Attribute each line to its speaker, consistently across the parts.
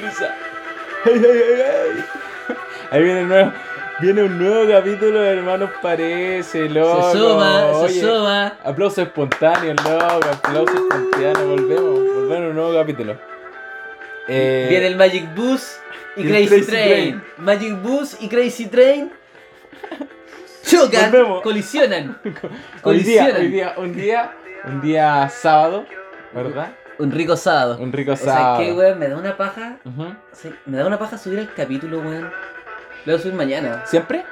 Speaker 1: risa. ¡Ay, ay, ay, ay! Ahí viene el nuevo. Viene un nuevo capítulo de Hermanos Parece, loco.
Speaker 2: Se suma,
Speaker 1: Oye,
Speaker 2: se suma.
Speaker 1: Aplauso espontáneo, loco. Aplauso espontáneo. Volvemos. Volvemos a un nuevo capítulo. Eh,
Speaker 2: Viene el Magic Bus y,
Speaker 1: y el
Speaker 2: Crazy,
Speaker 1: Crazy
Speaker 2: Train.
Speaker 1: Train.
Speaker 2: Magic Bus y Crazy Train chocan,
Speaker 1: Volvemos.
Speaker 2: colisionan.
Speaker 1: hoy día,
Speaker 2: colisionan.
Speaker 1: hoy día, un día, un día sábado, ¿verdad?
Speaker 2: Un rico sábado.
Speaker 1: Un rico
Speaker 2: o sea,
Speaker 1: sábado.
Speaker 2: que weón, me da una paja.
Speaker 1: Ujú.
Speaker 2: o sea, me da una paja subir el capítulo, weón. Lo voy a subir mañana.
Speaker 1: ¿Siempre?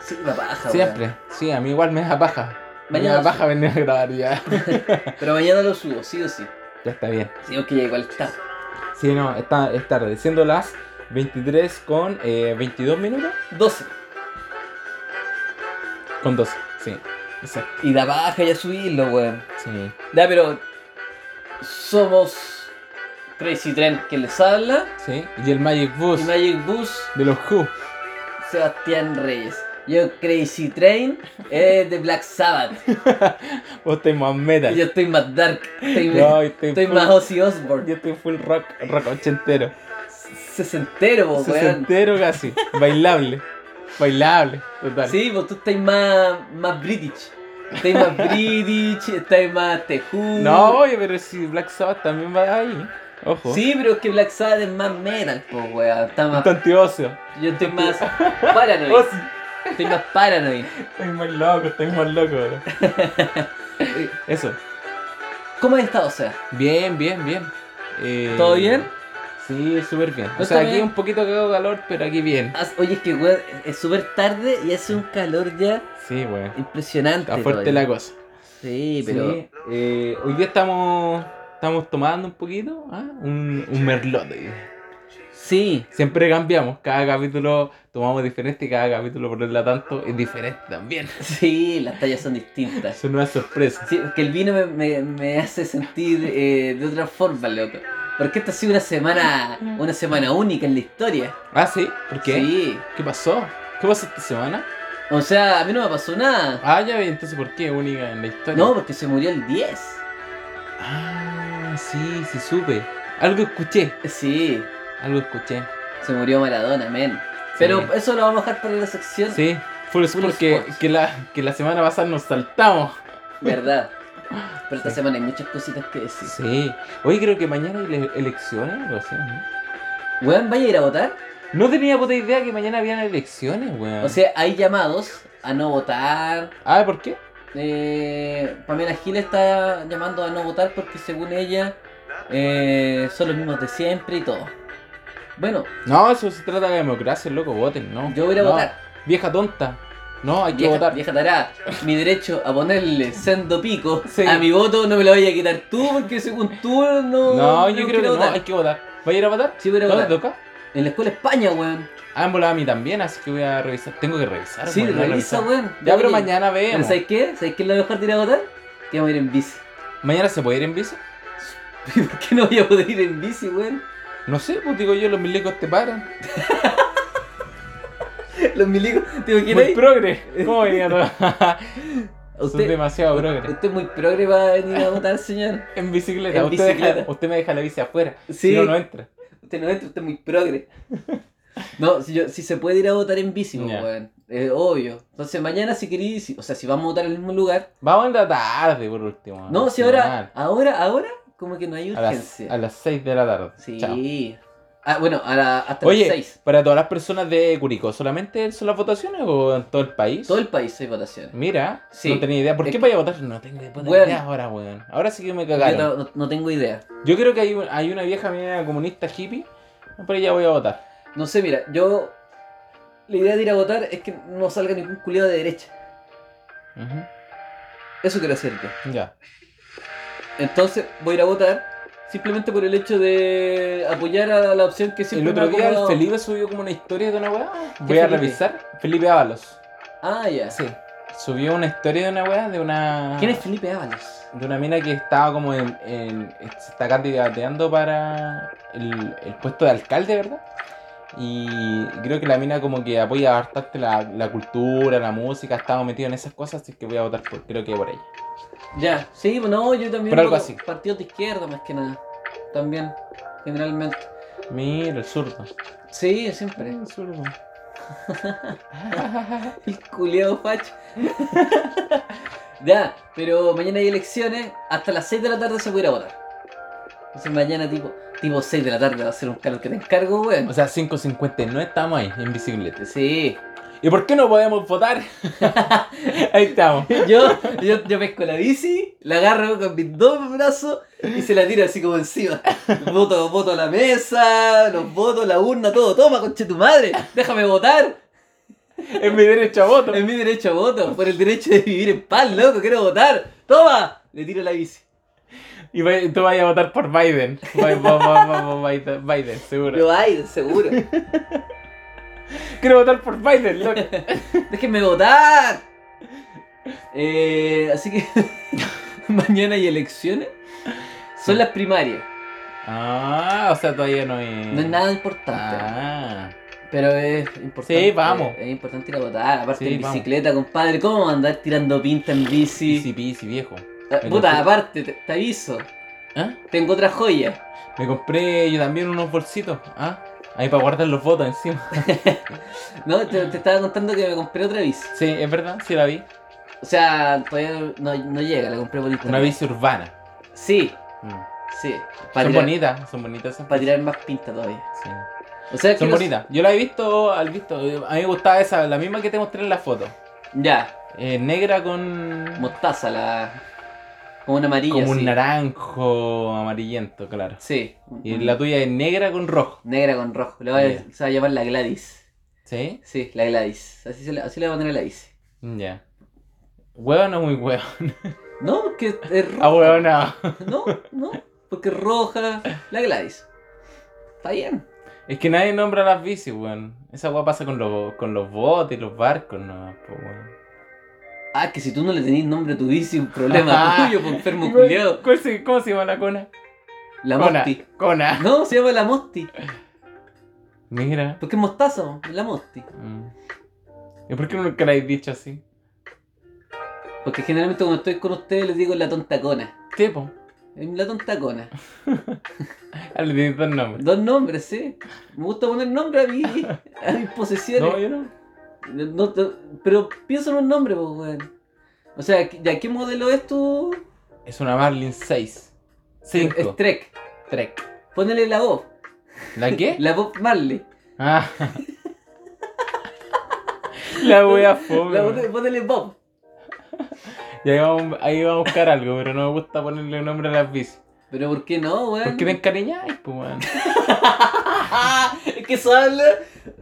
Speaker 2: Sí, una paja, weón.
Speaker 1: Siempre. Sí, a mí igual me da paja.
Speaker 2: Mañana
Speaker 1: me da paja venir a grabar ya.
Speaker 2: Pero mañana lo subo, sí o sí.
Speaker 1: ya está bien.
Speaker 2: Sí, ok, igual está.
Speaker 1: Sí, no, está, es tarde. Siendo las 23 con eh, 22 minutos.
Speaker 2: 12.
Speaker 1: Con 12, sí. Exacto,
Speaker 2: Y da paja ya subirlo, weón.
Speaker 1: sí.
Speaker 2: Ya, pero. Somos Crazy Train que les habla.
Speaker 1: Sí. Y el Magic Bus
Speaker 2: Y Magic Bus,
Speaker 1: de los Who.
Speaker 2: Sebastián Reyes. Yo Crazy Train es de Black Sabbath.
Speaker 1: Vos estáis más
Speaker 2: Y
Speaker 1: metal.
Speaker 2: yo estoy más dark. Estoy,
Speaker 1: No, yo estoy
Speaker 2: estoy
Speaker 1: full-
Speaker 2: más Ozzy
Speaker 1: Yo
Speaker 2: Osbourne.
Speaker 1: estoy full rock, rock ochentero.
Speaker 2: Sesentero, po, Oh, weón.
Speaker 1: Sesentero casi. Bailable. Bailable. Total.
Speaker 2: Sí, vos tú estás más, más British. Estás más British, estás más Tejú.
Speaker 1: No, oye, pero si Black Sabbath también va ahí. Ojo.
Speaker 2: Sí, pero es que Black Sabbath es más metal, po, weón. Está más.
Speaker 1: Tanto antióseo.
Speaker 2: Yo estoy más paranoid. Estoy más paranoid.
Speaker 1: Estoy más loco, estoy más loco. bro. Eso.
Speaker 2: ¿Cómo has estado, o sea?
Speaker 1: Bien, bien, bien. Eh,
Speaker 2: ¿Todo bien?
Speaker 1: Sí, súper bien. O
Speaker 2: Yo
Speaker 1: sea, aquí
Speaker 2: también.
Speaker 1: un poquito cagado calor, pero aquí bien.
Speaker 2: Haz- Oye, es que weón, es súper tarde y hace un calor ya
Speaker 1: Sí, bueno.
Speaker 2: impresionante.
Speaker 1: Está fuerte
Speaker 2: todavía.
Speaker 1: la cosa.
Speaker 2: Sí, pero.
Speaker 1: Sí, eh, hoy día estamos estamos tomando un poquito, ¿ah? un, un merlot. hoy día.
Speaker 2: Sí.
Speaker 1: Siempre cambiamos, cada capítulo tomamos diferente y cada capítulo por la tanto es diferente también.
Speaker 2: Sí, las tallas son distintas.
Speaker 1: Eso no es sorpresa.
Speaker 2: Sí, que el vino me, me- me hace sentir eh, de otra forma, loco. Porque esta ha sido una semana, una semana única en la historia.
Speaker 1: Ah, sí, ¿por qué?
Speaker 2: Sí.
Speaker 1: ¿Qué pasó? ¿Qué pasó esta semana?
Speaker 2: O sea, a mí no me pasó nada.
Speaker 1: Ah, ya vi, entonces ¿por qué? Única en la historia.
Speaker 2: No, porque se murió el 10.
Speaker 1: Ah, sí, sí supe. Algo escuché,
Speaker 2: Sí,
Speaker 1: algo escuché.
Speaker 2: se murió Maradona, men. Pero
Speaker 1: Sí.
Speaker 2: eso lo vamos a dejar para la sección.
Speaker 1: Sí, full
Speaker 2: Full
Speaker 1: sport que,
Speaker 2: sports.
Speaker 1: que la, que la semana pasada nos saltamos.
Speaker 2: ¿Verdad? Pero esta
Speaker 1: Sí.
Speaker 2: semana hay muchas cositas que decir.
Speaker 1: Sí. Hoy creo que mañana hay ele- elecciones algo así, ¿no?
Speaker 2: Weón, vaya a ir a votar.
Speaker 1: No tenía puta idea que mañana habían elecciones, weón.
Speaker 2: O sea, hay llamados a no votar.
Speaker 1: ah, ¿por qué?
Speaker 2: Eh, Pamela Gil está llamando a no votar porque según ella eh, son los mismos de siempre y todo. Bueno,
Speaker 1: No, eso se trata de democracia, loco, voten, ¿no?
Speaker 2: yo voy a ir a
Speaker 1: No,
Speaker 2: votar.
Speaker 1: Vieja tonta. No, hay que
Speaker 2: Vieja,
Speaker 1: votar.
Speaker 2: vieja tarada, mi derecho a ponerle sendo pico
Speaker 1: Sí.
Speaker 2: a mi voto no me lo vayas a quitar tú porque según tú no.
Speaker 1: No, yo creo que
Speaker 2: quiero
Speaker 1: no, hay que votar. ¿Voy a ir a votar?
Speaker 2: Sí, voy a ir a
Speaker 1: ¿Dónde
Speaker 2: votar.
Speaker 1: toca?
Speaker 2: En la escuela España, weón.
Speaker 1: Ah, en volada a mí también, así que voy a revisar. Tengo que revisar.
Speaker 2: Sí,
Speaker 1: weón, voy a
Speaker 2: revisa,
Speaker 1: revisar.
Speaker 2: weón.
Speaker 1: Ya, pero
Speaker 2: Oye,
Speaker 1: mañana
Speaker 2: ¿Pero
Speaker 1: vemos.
Speaker 2: sabes qué? ¿Sabes qué es lo mejor de ir a votar? Que vamos a ir en bici.
Speaker 1: ¿Mañana se puede ir en bici?
Speaker 2: ¿Por qué no voy a poder ir en bici, weón?
Speaker 1: No sé, pues digo yo, los milicos te paran.
Speaker 2: Los milicos, ¿te que
Speaker 1: Muy
Speaker 2: ahí?
Speaker 1: progre. ¿Cómo venía todo? Son
Speaker 2: Usted,
Speaker 1: demasiado progre.
Speaker 2: usted es muy progre para venir a votar, señor.
Speaker 1: En bicicleta.
Speaker 2: En
Speaker 1: usted, deja-
Speaker 2: bicicleta.
Speaker 1: usted me deja la bici afuera.
Speaker 2: Sí.
Speaker 1: Si no, no entra.
Speaker 2: Usted no entra, usted es muy progre. No, si, yo- si se puede ir a votar en bici, pues,
Speaker 1: Ya.
Speaker 2: weón. Es obvio. Entonces mañana si queréis, si- o sea, si vamos a votar en el mismo lugar.
Speaker 1: Vamos en la tarde, por último.
Speaker 2: No, si ahora, ahora, ahora, como que no hay
Speaker 1: Ah, A las,
Speaker 2: urgencia.
Speaker 1: a las 6 de la tarde.
Speaker 2: Sí.
Speaker 1: Chao.
Speaker 2: Ah, bueno, a la- hasta
Speaker 1: Oye,
Speaker 2: las 6.
Speaker 1: para todas las personas de Curicó, ¿solamente son las votaciones o en todo el país?
Speaker 2: Todo el país hay votaciones.
Speaker 1: Mira,
Speaker 2: Sí.
Speaker 1: no tenía idea. ¿Por
Speaker 2: Es
Speaker 1: qué
Speaker 2: que-
Speaker 1: voy a votar? No tengo ni puta
Speaker 2: Weón.
Speaker 1: idea ahora, weón. Ahora sí que me
Speaker 2: Yo
Speaker 1: cagaron. Yo,
Speaker 2: no- no- no tengo idea.
Speaker 1: creo que hay, un- hay una vieja media comunista hippie, pero ya voy a votar.
Speaker 2: No sé, mira, yo. La idea de ir a votar es que no salga ningún culiado de derecha.
Speaker 1: Ujú.
Speaker 2: Eso quiero hacer yo.
Speaker 1: Ya.
Speaker 2: Entonces voy a ir a votar simplemente por el hecho de apoyar a la opción que
Speaker 1: el
Speaker 2: siempre
Speaker 1: otro
Speaker 2: me ha
Speaker 1: día el
Speaker 2: acomodado.
Speaker 1: Felipe subió como una historia de una weá.
Speaker 2: ¿Qué
Speaker 1: Voy a
Speaker 2: Felipe?
Speaker 1: revisar. Felipe Ábalos.
Speaker 2: Ah, ya.
Speaker 1: Sí. Subió una historia de una weá, de una.
Speaker 2: ¿Quién es Felipe Ábalos?
Speaker 1: De una mina que estaba como en. en- se está candidateando para el, el puesto de alcalde, ¿verdad? Y creo que la mina como que apoya bastante la, la cultura, la música, estaba metida en esas cosas, así que voy a votar por, creo que por ella.
Speaker 2: Ya, sí, pues, no, yo también.
Speaker 1: Por algo
Speaker 2: voto
Speaker 1: así.
Speaker 2: Partidos de izquierda más que nada. También, generalmente.
Speaker 1: Mira, el zurdo.
Speaker 2: Sí, siempre.
Speaker 1: El zurdo.
Speaker 2: El culiado facho. ya, pero mañana hay elecciones. Hasta las 6 de la tarde se puede ir a votar. Entonces mañana tipo, tipo 6 de la tarde va a ser un calor que te encargo, weón.
Speaker 1: O sea, 5.59 estamos ahí, en bicicleta.
Speaker 2: Sí.
Speaker 1: ¿Y por qué no podemos votar? ahí estamos.
Speaker 2: Yo, yo, yo pesco la bici, la agarro con mis dos brazos y se la tiro así como encima. Voto, voto la mesa, los votos, la urna, todo. Toma, conche tu madre. Déjame votar.
Speaker 1: Es mi derecho a voto.
Speaker 2: Es mi derecho a voto. Por el derecho de vivir en paz, loco. Quiero votar. Toma. Le tiro la bici.
Speaker 1: Y va- tú vas a votar por Biden. Va- va- va- va- va- Biden, Biden, seguro.
Speaker 2: Lo hay, seguro.
Speaker 1: Quiero votar por Biden, loco.
Speaker 2: Déjenme votar. Eh, así que mañana hay elecciones. Son las primarias.
Speaker 1: Ah, o sea, todavía no es.
Speaker 2: No es nada importante.
Speaker 1: Ah.
Speaker 2: Pero es importante. eh,
Speaker 1: Sí, vamos.
Speaker 2: Es importante ir a votar. Aparte
Speaker 1: Sí,
Speaker 2: en
Speaker 1: vamos.
Speaker 2: bicicleta, compadre. ¿Cómo vas a andar tirando pinta en bici?
Speaker 1: Easy peasy, viejo.
Speaker 2: Ah,
Speaker 1: me
Speaker 2: Puta,
Speaker 1: compré-
Speaker 2: aparte, te, te aviso.
Speaker 1: ¿Ah?
Speaker 2: Tengo otra joya.
Speaker 1: Me compré yo también unos bolsitos. ¿Ah? Ahí para guardar los votos encima.
Speaker 2: No, te, te estaba contando que me compré otra bici.
Speaker 1: Sí, es verdad, sí la vi.
Speaker 2: O sea, todavía no, no llega, la compré por internet.
Speaker 1: Una bici urbana.
Speaker 2: Sí,
Speaker 1: Mm.
Speaker 2: sí. Para
Speaker 1: Son
Speaker 2: tirar,
Speaker 1: bonitas, son bonitas esas.
Speaker 2: para tirar más pinta todavía.
Speaker 1: Sí.
Speaker 2: O sea,
Speaker 1: Son
Speaker 2: que los-
Speaker 1: bonitas. Yo la he visto, al visto. A mí me gustaba esa, la misma que te mostré en la foto.
Speaker 2: Ya,
Speaker 1: Eh, negra con.
Speaker 2: mostaza, la. Como una amarilla.
Speaker 1: Como un
Speaker 2: sí.
Speaker 1: naranjo amarillento, claro.
Speaker 2: Sí.
Speaker 1: Y
Speaker 2: un-
Speaker 1: la tuya es negra con rojo.
Speaker 2: Negra con rojo. La voy a-
Speaker 1: Ya.
Speaker 2: Se va a llamar la Gladys.
Speaker 1: ¿Sí?
Speaker 2: Sí, la Gladys. Así, se le, así le voy a poner a la bici.
Speaker 1: Ya. Hueón o muy hueón.
Speaker 2: No, porque es roja.
Speaker 1: Ah, hueonado.
Speaker 2: No, no, porque es roja. La Gladys. Está bien.
Speaker 1: Es que nadie nombra las bicis, weón. Esa weá pasa con los, con los botes, los barcos, no, po, weón.
Speaker 2: Ah, que si tú no le tenés nombre a tu bici, un problema tuyo, pues, enfermo
Speaker 1: ¿Y cuál-
Speaker 2: culiado.
Speaker 1: cuál se- ¿Cómo se llama la cona?
Speaker 2: La
Speaker 1: cona.
Speaker 2: Mosti.
Speaker 1: Cona.
Speaker 2: No, se llama la Mosti.
Speaker 1: Mira.
Speaker 2: Porque es mostaza, mo, la Mosti.
Speaker 1: Mm. ¿Y por qué nunca la habéis dicho así?
Speaker 2: Porque generalmente cuando estoy con ustedes les digo la tontacona.
Speaker 1: Tipo.
Speaker 2: Es La tontacona.
Speaker 1: Ah, le tienes dos nombres.
Speaker 2: Dos nombres, sí. Me gusta poner nombre a, mí, a mis
Speaker 1: No,
Speaker 2: posesiones.
Speaker 1: yo no.
Speaker 2: No te- pero pienso en un nombre, pues, weón. O sea, ¿de a qué modelo es tu
Speaker 1: Es una Marlin 6. 5.
Speaker 2: Es Trek.
Speaker 1: Trek.
Speaker 2: Ponele la voz.
Speaker 1: ¿La qué?
Speaker 2: La voz Marley.
Speaker 1: Ah. La wea fome.
Speaker 2: La-
Speaker 1: Oh, weón.
Speaker 2: ponele Bob.
Speaker 1: Y ahí vamos, ahí vamos a buscar algo, pero no me gusta ponerle nombre a las bicis.
Speaker 2: Pero ¿por qué no, weón?
Speaker 1: ¿Por qué te encariñáis, pues, weón?
Speaker 2: Ah, es que eso habla,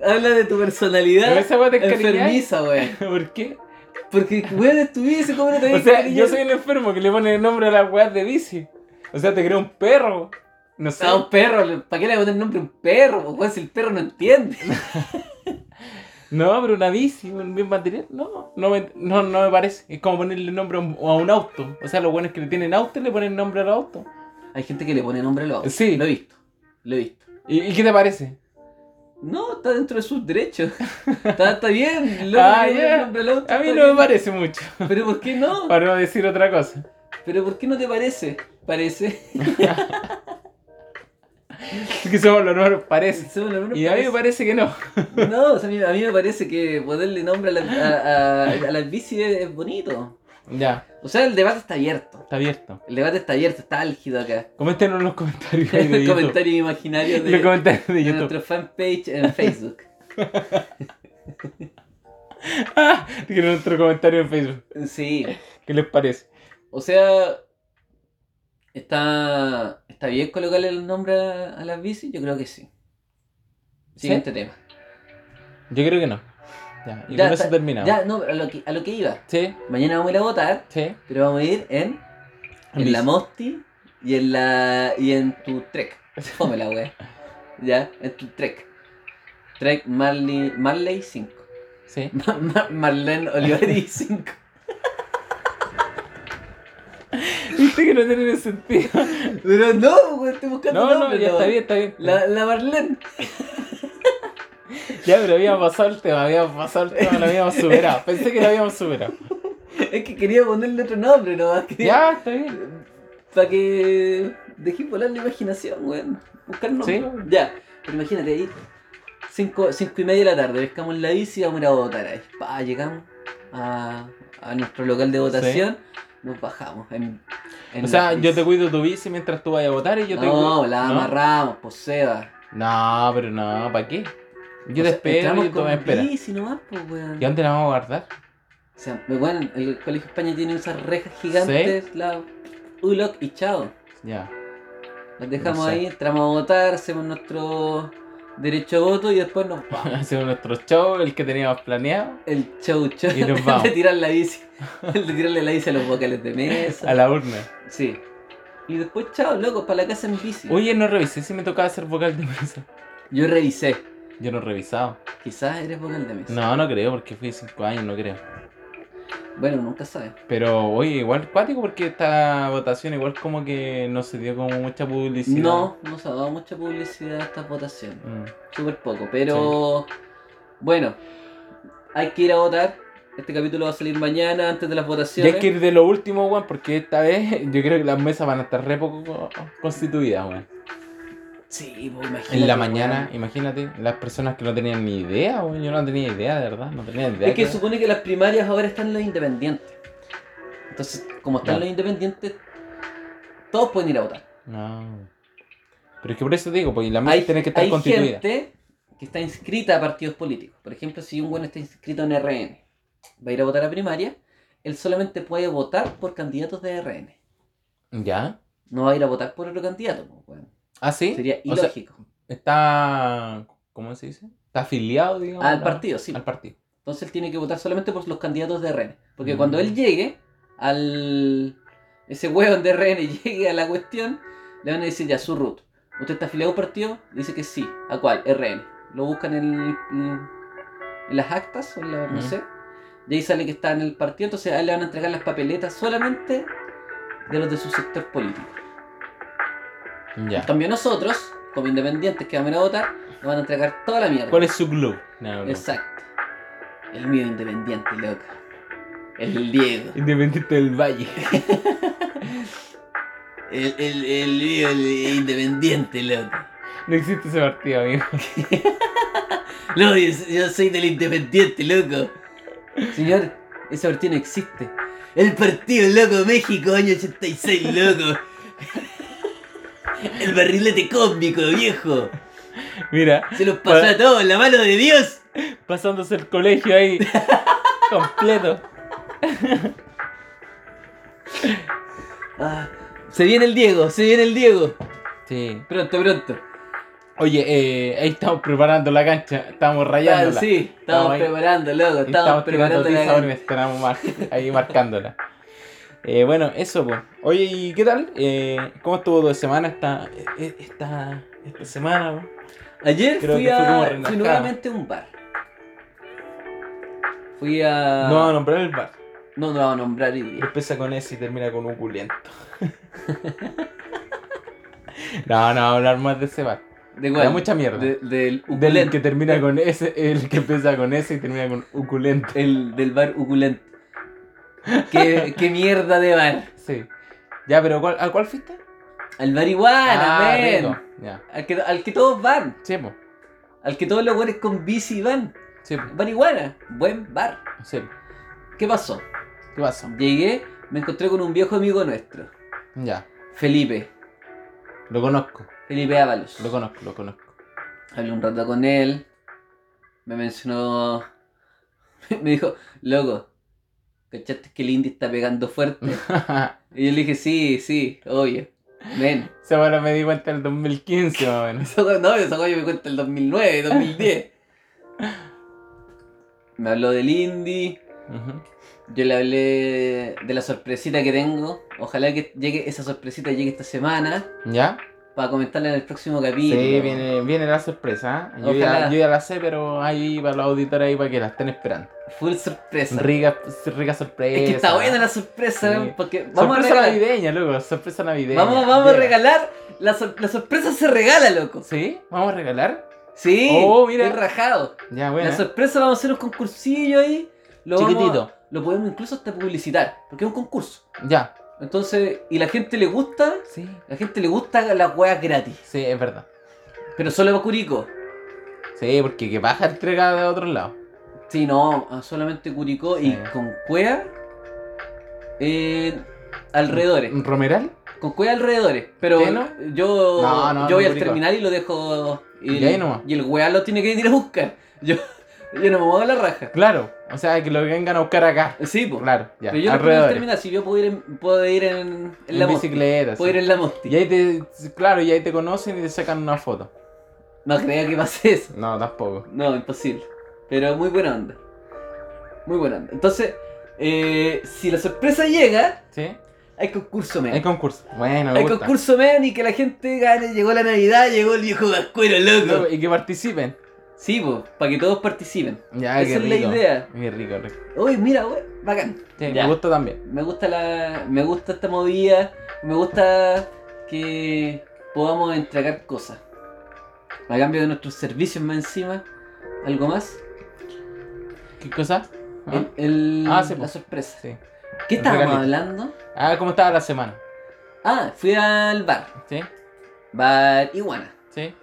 Speaker 2: habla de tu
Speaker 1: Pero
Speaker 2: personalidad
Speaker 1: esa weá te encariñáis.
Speaker 2: enfermiza, weón.
Speaker 1: ¿Por qué?
Speaker 2: Porque, weón, estuviese como no te
Speaker 1: O
Speaker 2: habías
Speaker 1: sea,
Speaker 2: encariñado?
Speaker 1: yo soy el enfermo que le pone el nombre a las weas de bici. O sea, te creo un perro. No sé.
Speaker 2: Ah, un perro, ¿para qué le voy a poner nombre a un perro? po, weón, si el perro no entiende.
Speaker 1: No, pero una bici, un bien material. No, no me, no, no me parece. Es como ponerle nombre a un, a un auto. O sea, los buenos que le tienen auto le ponen nombre al auto.
Speaker 2: Hay gente que le pone nombre a los autos.
Speaker 1: Sí.
Speaker 2: Lo he visto. Lo he visto.
Speaker 1: ¿Y, y qué te parece?
Speaker 2: No, está dentro de sus derechos. Está, está bien. Lo
Speaker 1: Ah,
Speaker 2: le pone
Speaker 1: ya.
Speaker 2: nombre al auto,
Speaker 1: A mí
Speaker 2: está
Speaker 1: no me
Speaker 2: bien.
Speaker 1: parece mucho.
Speaker 2: Pero ¿por qué no?
Speaker 1: Para no decir otra cosa.
Speaker 2: Pero ¿por qué no te parece? Parece.
Speaker 1: Es que somos los números parece.
Speaker 2: Sí, bueno, menos
Speaker 1: Y a mí me parece que no.
Speaker 2: No, o sea, a, mí, a mí me parece que ponerle nombre a la, a, a- a las bicis es, es bonito.
Speaker 1: Ya,
Speaker 2: O sea, el debate está abierto.
Speaker 1: está abierto.
Speaker 2: El debate está abierto, está álgido acá.
Speaker 1: Comenten en los comentarios ahí de
Speaker 2: El
Speaker 1: YouTube.
Speaker 2: comentario imaginario de,
Speaker 1: Los comentarios de
Speaker 2: de
Speaker 1: YouTube.
Speaker 2: nuestro fanpage en Facebook.
Speaker 1: Ah, que nuestro comentario en Facebook.
Speaker 2: Sí.
Speaker 1: ¿Qué les parece?
Speaker 2: O sea, está, está bien colocarle el nombre a, a las bicis, yo creo que sí. Siguiente tema.
Speaker 1: Yo creo que no. Ya, y
Speaker 2: Ya,
Speaker 1: con eso
Speaker 2: está-
Speaker 1: terminamos.
Speaker 2: Ya, no, pero a lo que, a lo que iba.
Speaker 1: Sí,
Speaker 2: Mañana vamos a ir a votar,
Speaker 1: sí.
Speaker 2: pero vamos a ir en, en
Speaker 1: Bici.
Speaker 2: la Mosti y en la y en tu Trek. Fome la wea. Ya, en tu Trek. Trek Marley, Marley 5.
Speaker 1: Sí.
Speaker 2: Ma- ma- Marlene Olivari 5.
Speaker 1: Viste que no tiene sentido.
Speaker 2: Pero no, wea, estoy buscando
Speaker 1: No, no,
Speaker 2: nombre,
Speaker 1: ya
Speaker 2: la
Speaker 1: está
Speaker 2: wea.
Speaker 1: bien, está bien.
Speaker 2: La, la Marlene.
Speaker 1: Ya, pero habíamos pasado el tema, habíamos pasado el tema, lo habíamos superado. Pensé que lo habíamos superado.
Speaker 2: Es que quería ponerle otro nombre nomás. Quería...
Speaker 1: Ya, está bien.
Speaker 2: Para que dejé volar la imaginación, weón. Buscar nombres.
Speaker 1: Sí.
Speaker 2: Ya. Pero imagínate ahí, 5 y media de la tarde, pescamos la bici y vamos a ir a votar ahí. Pa, llegamos a, a nuestro local de votación, nos bajamos. En, en
Speaker 1: O sea,
Speaker 2: la
Speaker 1: yo te
Speaker 2: bici.
Speaker 1: cuido tu bici mientras tú vayas a votar y yo te
Speaker 2: No,
Speaker 1: cuido.
Speaker 2: la amarramos, pues, posea.
Speaker 1: No, pero no, ¿para qué? Yo te espero y tú me esperas.
Speaker 2: bici nomás, pues, weón.
Speaker 1: ¿Y dónde la vamos a guardar?
Speaker 2: O sea, weón, el Colegio España tiene esas rejas gigantes, la ULOC y chao.
Speaker 1: Ya.
Speaker 2: Las dejamos
Speaker 1: No sé.
Speaker 2: ahí, entramos a votar, hacemos nuestro derecho a voto y después nos vamos.
Speaker 1: Hacemos nuestro show, el que teníamos planeado.
Speaker 2: El show show
Speaker 1: Y nos
Speaker 2: el de
Speaker 1: vamos.
Speaker 2: tirar la bici. El de tirarle la bici a los vocales de mesa.
Speaker 1: A la urna.
Speaker 2: Sí. Y después, chao, loco, para la casa en bici.
Speaker 1: Oye, no revisé si me tocaba ser vocal de mesa.
Speaker 2: Yo revisé.
Speaker 1: Yo no he revisado.
Speaker 2: Quizás eres vocal de mesa.
Speaker 1: No, no creo, porque fui 5 años, no creo.
Speaker 2: Bueno, nunca sabes.
Speaker 1: Pero, oye, igual cuático, porque esta votación igual como que no se dio como mucha publicidad.
Speaker 2: no, no se ha dado mucha publicidad a estas votaciones.
Speaker 1: Mm.
Speaker 2: Súper poco. Pero bueno, hay que ir a votar. Este capítulo va a salir mañana antes de las
Speaker 1: Y hay
Speaker 2: votaciones.
Speaker 1: que ir de lo último, weón, porque esta vez yo creo que las mesas van a estar re poco co- constituidas, weón.
Speaker 2: Sí, pues imagínate.
Speaker 1: En la
Speaker 2: weón.
Speaker 1: mañana, imagínate, las personas que no tenían ni idea, weón. Yo no tenía idea, de verdad, no tenía idea.
Speaker 2: Es que
Speaker 1: weón.
Speaker 2: supone que las primarias ahora están los independientes. Entonces, como están
Speaker 1: Ya.
Speaker 2: los independientes, todos pueden ir a votar.
Speaker 1: No. Pero es que por eso te digo, pues y las
Speaker 2: Hay,
Speaker 1: mesas tienen que estar
Speaker 2: hay
Speaker 1: constituidas.
Speaker 2: gente que está inscrita a partidos políticos. Por ejemplo, si un bueno está inscrito en RN, va a ir a votar a primaria, él solamente puede votar por candidatos de RN.
Speaker 1: ¿Ya?
Speaker 2: No va a ir a votar por otro candidato. pues, weón.
Speaker 1: ¿Ah, sí?
Speaker 2: Sería
Speaker 1: O sea,
Speaker 2: ilógico.
Speaker 1: está. ¿Cómo se dice? Está afiliado, digamos. ah,
Speaker 2: al
Speaker 1: ¿no?
Speaker 2: partido, sí.
Speaker 1: Al partido.
Speaker 2: Entonces él tiene que votar solamente por los candidatos de RN. Porque
Speaker 1: Mm.
Speaker 2: cuando él llegue al. Ese hueón de RN llegue a la cuestión, le van a decir ya su root. ¿Usted está afiliado a un partido? Dice que sí. ¿A cuál? RN. Lo buscan en, en- en las actas, o en la- no
Speaker 1: Mm.
Speaker 2: sé. Y ahí sale que está en el partido, entonces a él le van a entregar las papeletas solamente de los de su sector político. En
Speaker 1: Ya.
Speaker 2: cambio, nosotros, como independientes que vamos a ir a votar, nos van a entregar toda la mierda.
Speaker 1: ¿Cuál es su club? No, no.
Speaker 2: Exacto. El mío independiente, loco. El Diego.
Speaker 1: Independiente del Valle.
Speaker 2: El, el, el mío el independiente, loco.
Speaker 1: No existe ese partido, amigo.
Speaker 2: No, yo, yo soy del independiente, loco. Señor, ese partido no existe. El partido, loco, México, año 86, loco. El barrilete cósmico, viejo.
Speaker 1: Mira,
Speaker 2: Se los pasó a todos, la mano de Dios.
Speaker 1: pasándose el colegio ahí. completo.
Speaker 2: Ah, se viene el Diego, se viene el Diego.
Speaker 1: Sí.
Speaker 2: Pronto, pronto.
Speaker 1: Oye, eh, ahí estamos preparando la cancha. Estamos rayándola.
Speaker 2: Ah, sí, estamos
Speaker 1: Estamos ahí.
Speaker 2: preparando, loco. Estamos,
Speaker 1: Estamos
Speaker 2: preparando la
Speaker 1: tirando y estamos mar- ahí marcándola. Eh, bueno, eso pues. Oye, ¿y qué tal? Eh, ¿Cómo estuvo tu semana esta, e- esta, esta semana? po?
Speaker 2: Ayer
Speaker 1: Creo
Speaker 2: fui
Speaker 1: que fue como
Speaker 2: a.
Speaker 1: relajado.
Speaker 2: Fui nuevamente a un bar. Fui a.
Speaker 1: No, a nombrar el bar.
Speaker 2: No, no lo voy a nombrar hoy día.
Speaker 1: Empieza con S y termina con uculento. no, no, hablar más de ese bar.
Speaker 2: ¿De
Speaker 1: Da
Speaker 2: cuál?
Speaker 1: mucha mierda.
Speaker 2: De- del
Speaker 1: Del
Speaker 2: Uculent.
Speaker 1: que termina con S, el que empieza con S y termina con uculento.
Speaker 2: El, del bar Uculent. ¿Qué, qué mierda de bar.
Speaker 1: Sí. Ya, pero ¿cuál, ¿a cuál fuiste?
Speaker 2: Al bar Iguana, men.
Speaker 1: Ah, rico. Ya.
Speaker 2: Al que, al que todos van.
Speaker 1: Sí, po.
Speaker 2: Al que todos los buenos con bici van.
Speaker 1: Sí, po.
Speaker 2: Bar Iguana. Buen bar.
Speaker 1: Sí.
Speaker 2: ¿Qué pasó?
Speaker 1: ¿Qué pasó?
Speaker 2: Llegué, me encontré con un viejo amigo nuestro.
Speaker 1: Ya.
Speaker 2: Felipe.
Speaker 1: Lo conozco.
Speaker 2: Felipe Ábalos.
Speaker 1: Lo conozco, lo conozco.
Speaker 2: Hablé un rato con él. Me mencionó. Me dijo, loco, ¿cachaste que el Indy está pegando fuerte? Y yo le dije, sí, sí, obvio. Ven.
Speaker 1: Esa ahora me di cuenta en el 2015 más o menos.
Speaker 2: Esa wea- No, esa wea yo me cuenta el 2009, 2010. Me habló del Indy.
Speaker 1: Ujú.
Speaker 2: Yo le hablé de la sorpresita que tengo. Ojalá que llegue esa sorpresita llegue esta semana.
Speaker 1: ¿Ya?
Speaker 2: Para comentarla en el próximo
Speaker 1: Sí,
Speaker 2: capítulo.
Speaker 1: viene, viene la sorpresa. ¿eh? Yo
Speaker 2: Ojalá.
Speaker 1: ya, yo ya la sé, pero ahí para los auditores ahí para que la estén esperando.
Speaker 2: Full sorpresa.
Speaker 1: Rica, rica sorpresa.
Speaker 2: Es que está buena la sorpresa,
Speaker 1: Sí.
Speaker 2: ¿no? porque vamos a
Speaker 1: Sorpresa
Speaker 2: regalar.
Speaker 1: navideña, loco. Sorpresa navideña.
Speaker 2: Vamos, vamos a
Speaker 1: Yeah.
Speaker 2: regalar. La, sor- la sorpresa se regala, loco.
Speaker 1: ¿Sí? ¿Vamos a regalar?
Speaker 2: Sí,
Speaker 1: Oh, mira.
Speaker 2: estoy rajado.
Speaker 1: Ya, bueno.
Speaker 2: La sorpresa vamos a hacer un concursillo ahí. Lo vamos-
Speaker 1: Chiquitito.
Speaker 2: lo podemos incluso hasta publicitar, porque es un concurso.
Speaker 1: Ya.
Speaker 2: Entonces, y la gente le gusta,
Speaker 1: Sí.
Speaker 2: la gente le gusta las weas gratis.
Speaker 1: Sí, es verdad.
Speaker 2: Pero solo para Curicó.
Speaker 1: Sí, porque que baja entrega de otros lados.
Speaker 2: Sí, no, ah, solamente Curicó
Speaker 1: Sí.
Speaker 2: y con Cuea eh, alrededores.
Speaker 1: ¿Romeral?
Speaker 2: Con Cuea alrededores. Pero
Speaker 1: ¿Teno?
Speaker 2: yo,
Speaker 1: No, no,
Speaker 2: yo voy
Speaker 1: no,
Speaker 2: al
Speaker 1: Curicó.
Speaker 2: terminal y lo dejo. Y,
Speaker 1: Y ahí nomás.
Speaker 2: y el weá lo tiene que ir a buscar. Yo, yo no me muevo la raja.
Speaker 1: Claro, o sea, que lo vengan a buscar acá.
Speaker 2: Sí, pues.
Speaker 1: Claro, ya.
Speaker 2: Pero yo no puedo
Speaker 1: alrededores.
Speaker 2: terminar, si yo puedo ir en, puedo ir en, en la
Speaker 1: En
Speaker 2: mosti.
Speaker 1: bicicleta.
Speaker 2: Puedo
Speaker 1: sí.
Speaker 2: ir en la mosti.
Speaker 1: Y ahí te, claro, y ahí te conocen y te sacan una foto.
Speaker 2: No creo que pase eso.
Speaker 1: No, tampoco.
Speaker 2: No, imposible. Pero muy buena onda. Muy buena onda. Entonces, eh, si la sorpresa llega,
Speaker 1: ¿Sí?
Speaker 2: hay concurso
Speaker 1: Hay
Speaker 2: MEN.
Speaker 1: concurso. Bueno, me
Speaker 2: Hay
Speaker 1: gusta.
Speaker 2: concurso MEN y que la gente gane. Llegó la Navidad, llegó el viejo vascuero,
Speaker 1: No,
Speaker 2: loco.
Speaker 1: Y que participen.
Speaker 2: Sí, pues, para que todos participen.
Speaker 1: Ya,
Speaker 2: Esa
Speaker 1: Ah, qué
Speaker 2: es la
Speaker 1: rico.
Speaker 2: idea.
Speaker 1: Qué rico, rico.
Speaker 2: Uy, mira, wey, bacán.
Speaker 1: Sí,
Speaker 2: Ya.
Speaker 1: me gusta también.
Speaker 2: Me gusta la. Me gusta esta movida. Me gusta que podamos entregar cosas. A cambio de nuestros servicios más encima. ¿Algo más?
Speaker 1: ¿Qué cosa? ¿Ah?
Speaker 2: ¿Eh? El, el-
Speaker 1: Ah, sí,
Speaker 2: la
Speaker 1: pues.
Speaker 2: sorpresa.
Speaker 1: Sí.
Speaker 2: ¿Qué
Speaker 1: El
Speaker 2: estábamos
Speaker 1: regalito.
Speaker 2: hablando?
Speaker 1: Ah, ¿cómo estaba la semana?
Speaker 2: Ah, fui al bar.
Speaker 1: ¿Sí?
Speaker 2: Bar Iguana.
Speaker 1: ¿Sí?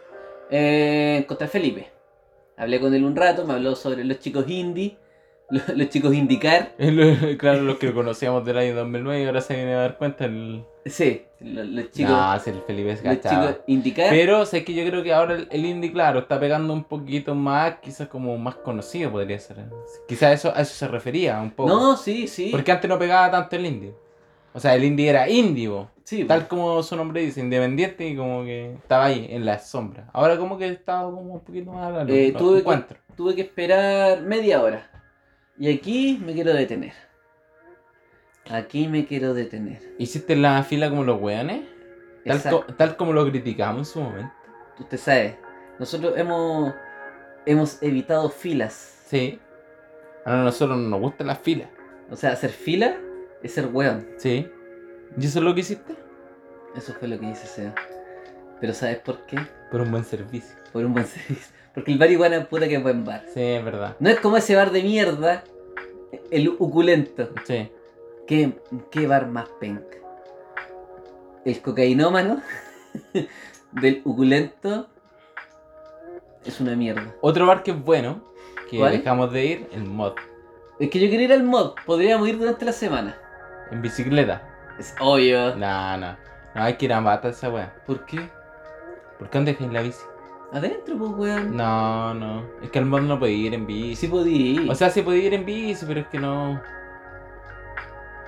Speaker 2: Eh, encontré a Felipe. Hablé con él un rato, me habló sobre los chicos indie, lo- los, chicos indicar.
Speaker 1: claro, los que conocíamos del año 2009 y ahora se viene a dar cuenta el...
Speaker 2: Sí, lo- los, chicos.
Speaker 1: No, si el Felipe es
Speaker 2: los
Speaker 1: gachado.
Speaker 2: chicos indicar.
Speaker 1: Pero sé que yo creo que ahora el, el indie, claro, está pegando un poquito más, quizás como más conocido podría ser. Quizás eso, a eso se refería un poco.
Speaker 2: No, sí, sí.
Speaker 1: Porque antes no pegaba tanto el indie. O sea, el indie era indie, po.
Speaker 2: sí pues,
Speaker 1: tal como su nombre dice, independiente y como que estaba ahí, en la sombra. Ahora como que estaba como un poquito más a la luz.
Speaker 2: Eh,
Speaker 1: lo
Speaker 2: tuve que-
Speaker 1: encuentro.
Speaker 2: tuve que esperar media hora. Y aquí me quiero detener. Aquí me quiero detener.
Speaker 1: ¿Hiciste la fila como los weones? Tal,
Speaker 2: Exacto.
Speaker 1: co- tal como lo criticamos en su momento.
Speaker 2: Usted sabe, nosotros hemos, hemos evitado filas.
Speaker 1: Sí. A nosotros no nos gustan las filas.
Speaker 2: O sea, hacer fila es ser weón.
Speaker 1: Sí. ¿Y eso es lo que hiciste?
Speaker 2: Eso fue lo que hice Seba. Pero ¿sabes por qué?
Speaker 1: Por un buen servicio.
Speaker 2: Por un buen servicio. Porque el bar iguana puta que es buen bar.
Speaker 1: Sí, es verdad.
Speaker 2: No es como ese bar de mierda, el uculento.
Speaker 1: Sí.
Speaker 2: ¿Qué, qué bar más penca? El cocainómano del uculento es una mierda.
Speaker 1: Otro bar que es bueno, que
Speaker 2: ¿Cuál?
Speaker 1: dejamos de ir, el mod.
Speaker 2: Es que yo quería ir al mod, podríamos ir durante la semana.
Speaker 1: En bicicleta.
Speaker 2: Es obvio.
Speaker 1: No, no. No hay que ir a matar esa weá.
Speaker 2: ¿Por qué?
Speaker 1: ¿Por qué no dejáis la bici?
Speaker 2: Adentro, pues, weón.
Speaker 1: No, no. Es que al mod no podía ir en bici.
Speaker 2: Sí podía ir.
Speaker 1: O sea, sí podía ir en bici, pero es que no.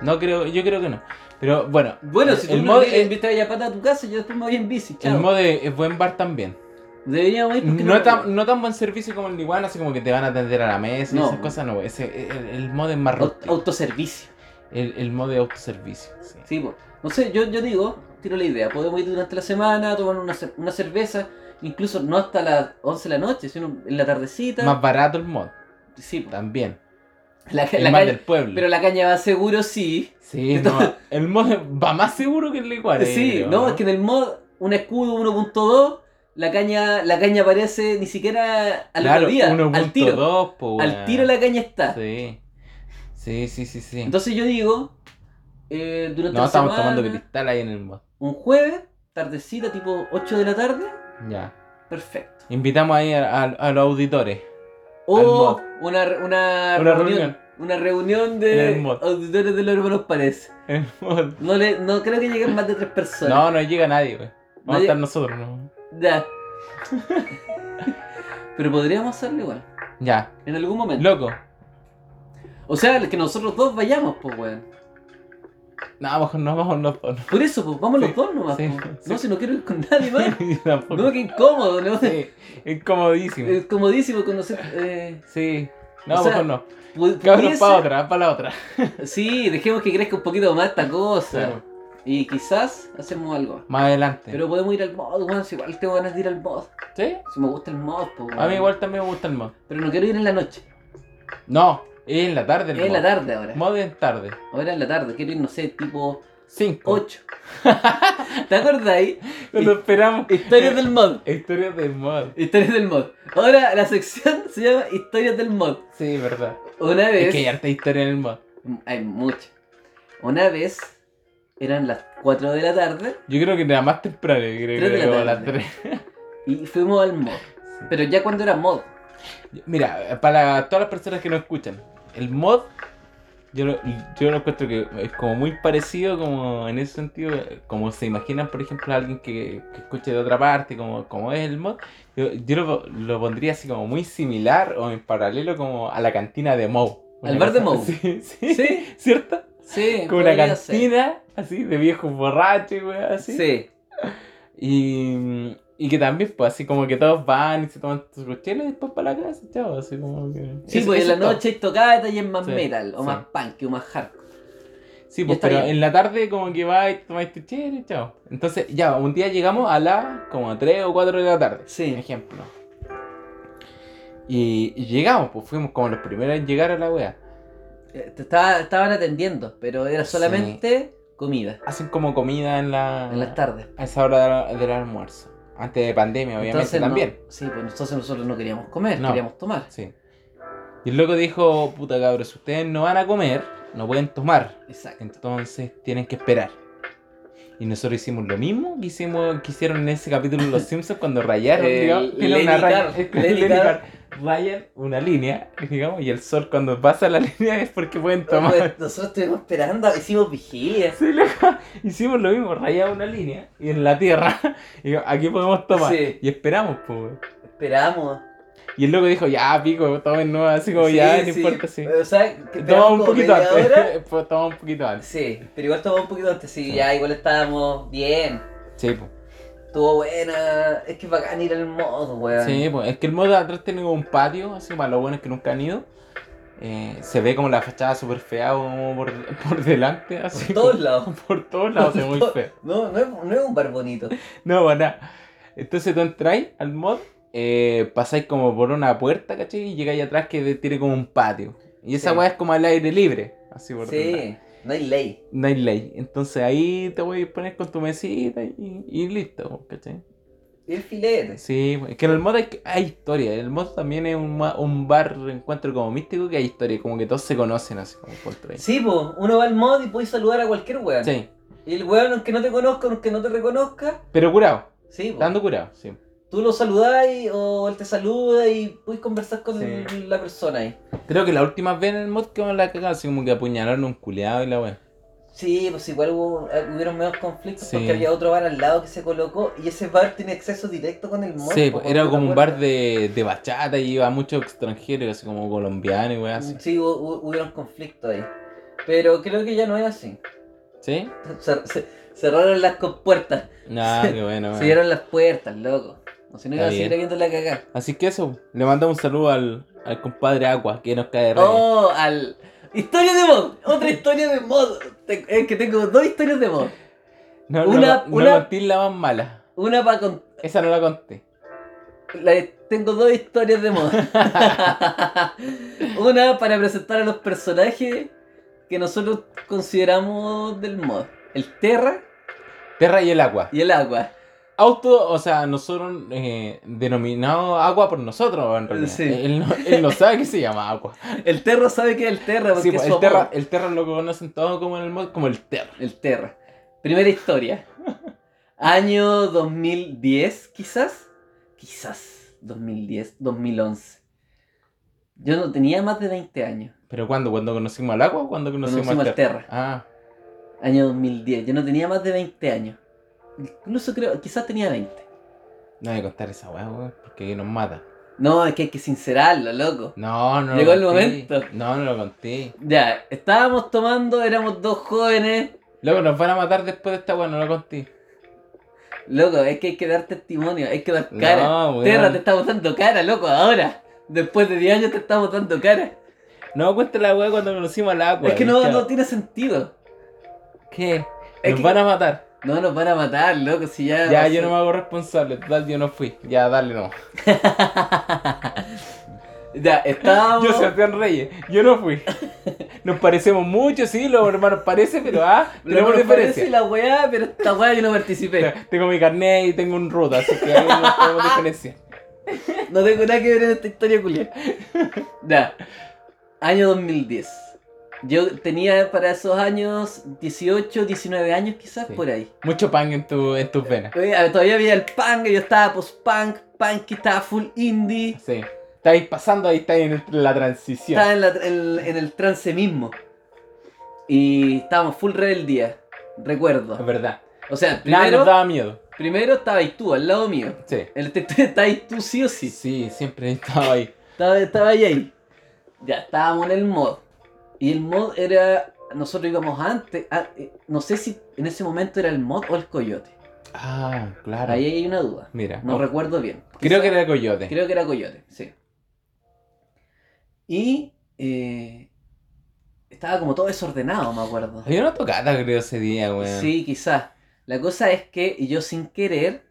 Speaker 1: No creo, yo creo que no. Pero bueno,
Speaker 2: bueno, si tú
Speaker 1: el
Speaker 2: no
Speaker 1: mod
Speaker 2: quieres,
Speaker 1: es-
Speaker 2: invita a ella pata a tu casa, yo después me voy en bici, chao.
Speaker 1: el mod es, es buen bar también.
Speaker 2: Deberíamos ir porque
Speaker 1: No tan, no tan buen servicio como el Niwan, así como que te van a atender a la mesa y
Speaker 2: No.
Speaker 1: esas cosas, no. Ese, el, el mod es más
Speaker 2: Aut-
Speaker 1: rústico.
Speaker 2: autoservicio.
Speaker 1: El, el mod de autoservicio. sí.
Speaker 2: Sí, po. No sé, yo, yo digo, tiro la idea, podemos ir durante la semana, tomar una, cer- una cerveza, incluso no hasta las 11 de la noche, sino en la tardecita.
Speaker 1: Más barato el mod,
Speaker 2: Sí, po.
Speaker 1: también.
Speaker 2: La, ca-
Speaker 1: El
Speaker 2: la
Speaker 1: más
Speaker 2: caña-
Speaker 1: del pueblo.
Speaker 2: pero la caña va seguro, sí.
Speaker 1: Sí,
Speaker 2: de
Speaker 1: no, el mod va más seguro que el Niwan.
Speaker 2: sí, no, es que en el mod, un escudo 1.2, la caña, la caña aparece ni siquiera al
Speaker 1: claro,
Speaker 2: día, al tiro.
Speaker 1: 1.2, po,
Speaker 2: Al
Speaker 1: weón.
Speaker 2: tiro la caña está.
Speaker 1: Sí. Sí, sí, sí, sí.
Speaker 2: Entonces yo digo, eh, durante
Speaker 1: no,
Speaker 2: la
Speaker 1: estamos
Speaker 2: semana,
Speaker 1: tomando cristal ahí en el mod.
Speaker 2: un jueves, tardecita, tipo 8 de la tarde,
Speaker 1: Ya.
Speaker 2: perfecto.
Speaker 1: Invitamos ahí a, a- a los auditores.
Speaker 2: O
Speaker 1: mod.
Speaker 2: una, una,
Speaker 1: Una reunión.
Speaker 2: Una reunión
Speaker 1: En
Speaker 2: de
Speaker 1: el mod.
Speaker 2: auditores de los hermanos Párez.
Speaker 1: El mod.
Speaker 2: No, le, no creo que lleguen más de tres personas.
Speaker 1: No, no llega nadie, güey. Vamos
Speaker 2: No
Speaker 1: a estar
Speaker 2: lleg-
Speaker 1: nosotros, ¿no?
Speaker 2: Ya. Pero podríamos hacerlo igual,
Speaker 1: Ya.
Speaker 2: en algún momento.
Speaker 1: Loco.
Speaker 2: O sea, que nosotros dos vayamos, pues, weón.
Speaker 1: No, mejor no vamos los dos.
Speaker 2: Por eso, pues, vamos los
Speaker 1: Sí,
Speaker 2: dos nomás.
Speaker 1: sí,
Speaker 2: pues.
Speaker 1: sí.
Speaker 2: No, si no quiero ir con nadie más.
Speaker 1: Yo tampoco.
Speaker 2: ¿Eh? No, que incómodo, ¿no?
Speaker 1: Sí, es comodísimo.
Speaker 2: Es comodísimo conocer. Eh,
Speaker 1: Sí. No,
Speaker 2: O sea,
Speaker 1: mejor no.
Speaker 2: pu-
Speaker 1: Cabros,
Speaker 2: pudiese-
Speaker 1: para otra, para la otra.
Speaker 2: Sí, dejemos que crezca un poquito más esta cosa. Y quizás hacemos algo.
Speaker 1: Más adelante.
Speaker 2: Pero podemos ir al mod, weón. Si igual tengo ganas de ir al mod.
Speaker 1: ¿Sí?
Speaker 2: Si me gusta el mod, pues, weón.
Speaker 1: A mí igual también me gusta el mod.
Speaker 2: Pero no quiero ir en la noche.
Speaker 1: No, es en la tarde el
Speaker 2: es en la
Speaker 1: mod.
Speaker 2: tarde ahora.
Speaker 1: Mod en tarde.
Speaker 2: Ahora en la tarde. Quiero ir, no sé, tipo
Speaker 1: 5.
Speaker 2: 8. ¿Te acordáis?
Speaker 1: Lo esperamos.
Speaker 2: Historias del mod.
Speaker 1: Historias del mod.
Speaker 2: Historias del mod. Ahora la sección se llama Historias del mod.
Speaker 1: Sí, verdad.
Speaker 2: Una vez.
Speaker 1: Es que hay harta historia en el mod.
Speaker 2: Hay muchas. Una vez eran las 4 de la tarde.
Speaker 1: Yo creo que era más temprano, yo creo
Speaker 2: Tres
Speaker 1: que
Speaker 2: de
Speaker 1: era
Speaker 2: la
Speaker 1: como a las
Speaker 2: tarde.
Speaker 1: 3.
Speaker 2: Y fuimos al mod. Pero ya cuando era mod.
Speaker 1: Mira, para todas las personas que nos escuchan, el mod, yo lo, yo lo encuentro que es como muy parecido, como en ese sentido, como se imaginan, por ejemplo, a alguien que, que escuche de otra parte, como, como es el mod, yo, yo lo, lo pondría así como muy similar o en paralelo como a la cantina de Moe.
Speaker 2: Al bar de
Speaker 1: Mo
Speaker 2: Moe.
Speaker 1: Sí, sí,
Speaker 2: Sí,
Speaker 1: ¿cierto?
Speaker 2: sí.
Speaker 1: Como una
Speaker 2: podría ser.
Speaker 1: cantina, así, de viejos borrachos y weas así.
Speaker 2: Sí.
Speaker 1: Y, y que también, pues así como que todos van y se toman sus cocheles y después para la casa, chao, así como que...
Speaker 2: Sí,
Speaker 1: Eso-
Speaker 2: pues en
Speaker 1: eso
Speaker 2: la
Speaker 1: es todo.
Speaker 2: noche hay tocata y es más
Speaker 1: Sí,
Speaker 2: metal, o
Speaker 1: sí.
Speaker 2: más punk, o más hardcore.
Speaker 1: Sí,
Speaker 2: Ya
Speaker 1: pues
Speaker 2: está
Speaker 1: pero
Speaker 2: bien.
Speaker 1: en la tarde como que va y tomáis tu chela y chao. Entonces, ya, un día llegamos a las como 3 o 4 de la tarde.
Speaker 2: Sí.
Speaker 1: por Ejemplo. Y, y llegamos, pues fuimos como los primeros en llegar a la wea.
Speaker 2: Eh, te estaba- estaban atendiendo, pero era
Speaker 1: Sí.
Speaker 2: solamente comida
Speaker 1: Hacen como comida en la...
Speaker 2: en las tardes.
Speaker 1: A esa hora de la- del almuerzo. Antes de pandemia, obviamente,
Speaker 2: Entonces, no-
Speaker 1: también.
Speaker 2: sí, pues entonces nosotros no queríamos comer,
Speaker 1: No.
Speaker 2: queríamos tomar.
Speaker 1: Sí. Y el loco dijo, puta cabros, si ustedes no van a comer, no pueden tomar.
Speaker 2: Exacto.
Speaker 1: Entonces tienen que esperar. Y nosotros hicimos lo mismo que, hicimos, que hicieron en ese capítulo de Los Simpsons cuando rayaron,
Speaker 2: El
Speaker 1: digamos, tiene
Speaker 2: Lenny
Speaker 1: una raya-
Speaker 2: Carr,
Speaker 1: el
Speaker 2: Lenny
Speaker 1: Lenny
Speaker 2: Carr.
Speaker 1: Carr, rayan una línea, digamos, y el sol cuando pasa la línea es porque pueden tomar.
Speaker 2: Pues, nosotros estuvimos esperando, hicimos vigilia.
Speaker 1: Sí, loco, hicimos lo mismo, rayamos una línea y en la tierra, y aquí podemos tomar.
Speaker 2: Sí.
Speaker 1: Y esperamos, pues.
Speaker 2: Esperamos.
Speaker 1: Y el loco dijo, ya, pico, tomen no, así como ya, no importa, sí.
Speaker 2: O sea, que
Speaker 1: Toma un
Speaker 2: como
Speaker 1: poquito
Speaker 2: media hora.
Speaker 1: antes. pues, Toma un poquito antes.
Speaker 2: Sí, pero igual tomamos un poquito antes, sí,
Speaker 1: Sí.
Speaker 2: ya igual estábamos bien.
Speaker 1: Sí, pues.
Speaker 2: Estuvo buena. Es que es bacán ir al modo, weón.
Speaker 1: Sí, pues es que el modo atrás tiene un patio, así para los buenos que nunca han ido. Eh, se ve como la fachada súper fea como por, por delante, así.
Speaker 2: Por todos lados.
Speaker 1: como- por todos lados, se ve muy
Speaker 2: Por-
Speaker 1: feo.
Speaker 2: No, no es, no es un bar bonito.
Speaker 1: No, para nada. Entonces tú entráis al mod, eh, pasáis como por una puerta, ¿cachai? Y llegáis atrás que de- tiene como un patio. Y esa
Speaker 2: Sí.
Speaker 1: weá es como al aire libre, así por delante.
Speaker 2: Sí, no hay ley.
Speaker 1: No hay ley. Entonces ahí te voy a poner con tu mesita y, y listo, ¿cachai?
Speaker 2: Y el filete.
Speaker 1: Sí, es que en el mod hay, hay historia. En el mod también es un, ma- un bar encuentro como místico que hay historia, como que todos se conocen así como por tres.
Speaker 2: Sí, pues, uno va al mod y puedes saludar a cualquier weón.
Speaker 1: Sí,
Speaker 2: Y el weón, aunque no te conozca, aunque no te reconozca,
Speaker 1: pero curado,
Speaker 2: sí, po.
Speaker 1: dando curado, sí.
Speaker 2: tú lo saludás y- o él te saluda y puedes conversar con
Speaker 1: Sí.
Speaker 2: la persona ahí.
Speaker 1: Creo que la última vez en el mod que me la cagada, así como que apuñalaron un culeado y la wea.
Speaker 2: Sí, pues igual hubo, hubieron menos conflictos
Speaker 1: Sí.
Speaker 2: porque había otro bar al lado que se colocó y ese bar tiene acceso directo con el mod.
Speaker 1: Sí, pues,
Speaker 2: po,
Speaker 1: era
Speaker 2: por
Speaker 1: como un
Speaker 2: la
Speaker 1: bar
Speaker 2: puerta.
Speaker 1: de, de bachata y iba mucho extranjero, así como colombiano y wea así.
Speaker 2: Sí, hubo, hubo- hubieron conflictos ahí. Pero creo que ya no es así.
Speaker 1: ¿Sí?
Speaker 2: Cer- cer- cerraron las compuertas,
Speaker 1: Nah, qué bueno,
Speaker 2: se
Speaker 1: bueno.
Speaker 2: dieron las puertas, loco. O si no
Speaker 1: Ah. Está
Speaker 2: iba a seguir
Speaker 1: bien.
Speaker 2: viendo la cagada.
Speaker 1: Así que eso, le mandamos un saludo al, al compadre Agua, que nos cae re. bien.
Speaker 2: Oh, al. Historia de mod. Otra historia de mod. Te- Es que tengo dos historias de mod.
Speaker 1: No,
Speaker 2: una-
Speaker 1: una, no,
Speaker 2: una-
Speaker 1: conté la más mala.
Speaker 2: Una para con.
Speaker 1: Esa no la conté.
Speaker 2: la- Tengo dos historias de mod. Una para presentar a los personajes que nosotros consideramos del mod. El Terra
Speaker 1: Terra y el agua.
Speaker 2: y el agua.
Speaker 1: Auto, o sea, nosotros eh, denominado agua por nosotros, en realidad.
Speaker 2: Sí.
Speaker 1: Él, no, él no sabe que se llama agua.
Speaker 2: El Terra sabe que es el Terra porque
Speaker 1: Sí, pues,
Speaker 2: es su
Speaker 1: el,
Speaker 2: apodo.
Speaker 1: terra, el terra lo conocen todos como en el mod, como el terra.
Speaker 2: El Terra. Primera historia. Año 2010, quizás. Quizás. 2010, 2011. Yo no tenía más de 20 años.
Speaker 1: ¿Pero cuándo? ¿Cuándo conocimos al agua o cuando conocimos,
Speaker 2: Conocimos
Speaker 1: al
Speaker 2: al
Speaker 1: terra?
Speaker 2: Terra.
Speaker 1: Ah,
Speaker 2: Año 2010. Yo no tenía más de 20 años. Incluso creo, quizás tenía 20.
Speaker 1: no voy a contar esa weá, weón, porque nos mata.
Speaker 2: No, es que hay que sincerarlo, loco.
Speaker 1: No, no lo
Speaker 2: Llegó el
Speaker 1: conté.
Speaker 2: momento.
Speaker 1: No, no lo conté.
Speaker 2: Ya, estábamos tomando, éramos dos jóvenes.
Speaker 1: Luego nos van a matar después de esta weá, no lo conté.
Speaker 2: Loco, es que hay que dar testimonio, hay que dar cara.
Speaker 1: No, weón.
Speaker 2: Terra, te estamos dando cara, loco, ahora. Después de 10 años te estamos dando cara.
Speaker 1: No cuente la weá cuando conocimos al agua.
Speaker 2: es que no,
Speaker 1: chao.
Speaker 2: no tiene sentido.
Speaker 1: ¿Qué?
Speaker 2: Es
Speaker 1: Nos
Speaker 2: que- Ah,
Speaker 1: van a matar.
Speaker 2: No nos van a matar, loco, si ya.
Speaker 1: Ya, yo no me hago responsable. Total, yo no fui. Ya, dale, no.
Speaker 2: Ya, estábamos.
Speaker 1: Yo, Sebastián Reyes, yo no fui. Nos parecemos mucho, sí, los hermanos parece, pero ah,
Speaker 2: Lo
Speaker 1: tenemos
Speaker 2: que me parece
Speaker 1: diferencia.
Speaker 2: la weá, pero esta weá yo no participé.
Speaker 1: Tengo mi carnet y tengo un ruta, así que ahí no tenemos diferencia.
Speaker 2: No tengo nada que ver en esta historia, culia. Ya. Año 2010. Yo tenía para esos años 18, 19 años quizás,
Speaker 1: Sí.
Speaker 2: por ahí.
Speaker 1: Mucho pan en, tu, en tus venas.
Speaker 2: Oye, Todavía había el punk, yo estaba post-punk, punk que estaba full indie.
Speaker 1: Sí. Estáis pasando, ahí estáis en el- la transición.
Speaker 2: Estaba en, la- en- en el trance mismo. Y estábamos full rebeldía,
Speaker 1: Es
Speaker 2: recuerdo.
Speaker 1: verdad.
Speaker 2: O sea,
Speaker 1: Nada nos
Speaker 2: primero,
Speaker 1: daba miedo.
Speaker 2: primero estabas tú, al lado mío.
Speaker 1: Sí.
Speaker 2: El te- te- estabas tú sí o
Speaker 1: Sí,
Speaker 2: sí.
Speaker 1: siempre estaba ahí.
Speaker 2: Estaba, estaba ahí, ahí. Ya estábamos en el mod. Y el mod era. Nosotros íbamos antes. a- eh, no sé si en ese momento era el mod o el coyote.
Speaker 1: Ah, claro.
Speaker 2: Ahí hay una duda.
Speaker 1: Mira. Oh,
Speaker 2: No recuerdo bien.
Speaker 1: Creo que era el coyote.
Speaker 2: Creo que era Coyote, sí. Y eh, estaba como todo desordenado, me acuerdo.
Speaker 1: Había una tocata, creo, ese día, weón.
Speaker 2: Sí, quizás. La cosa es que yo sin querer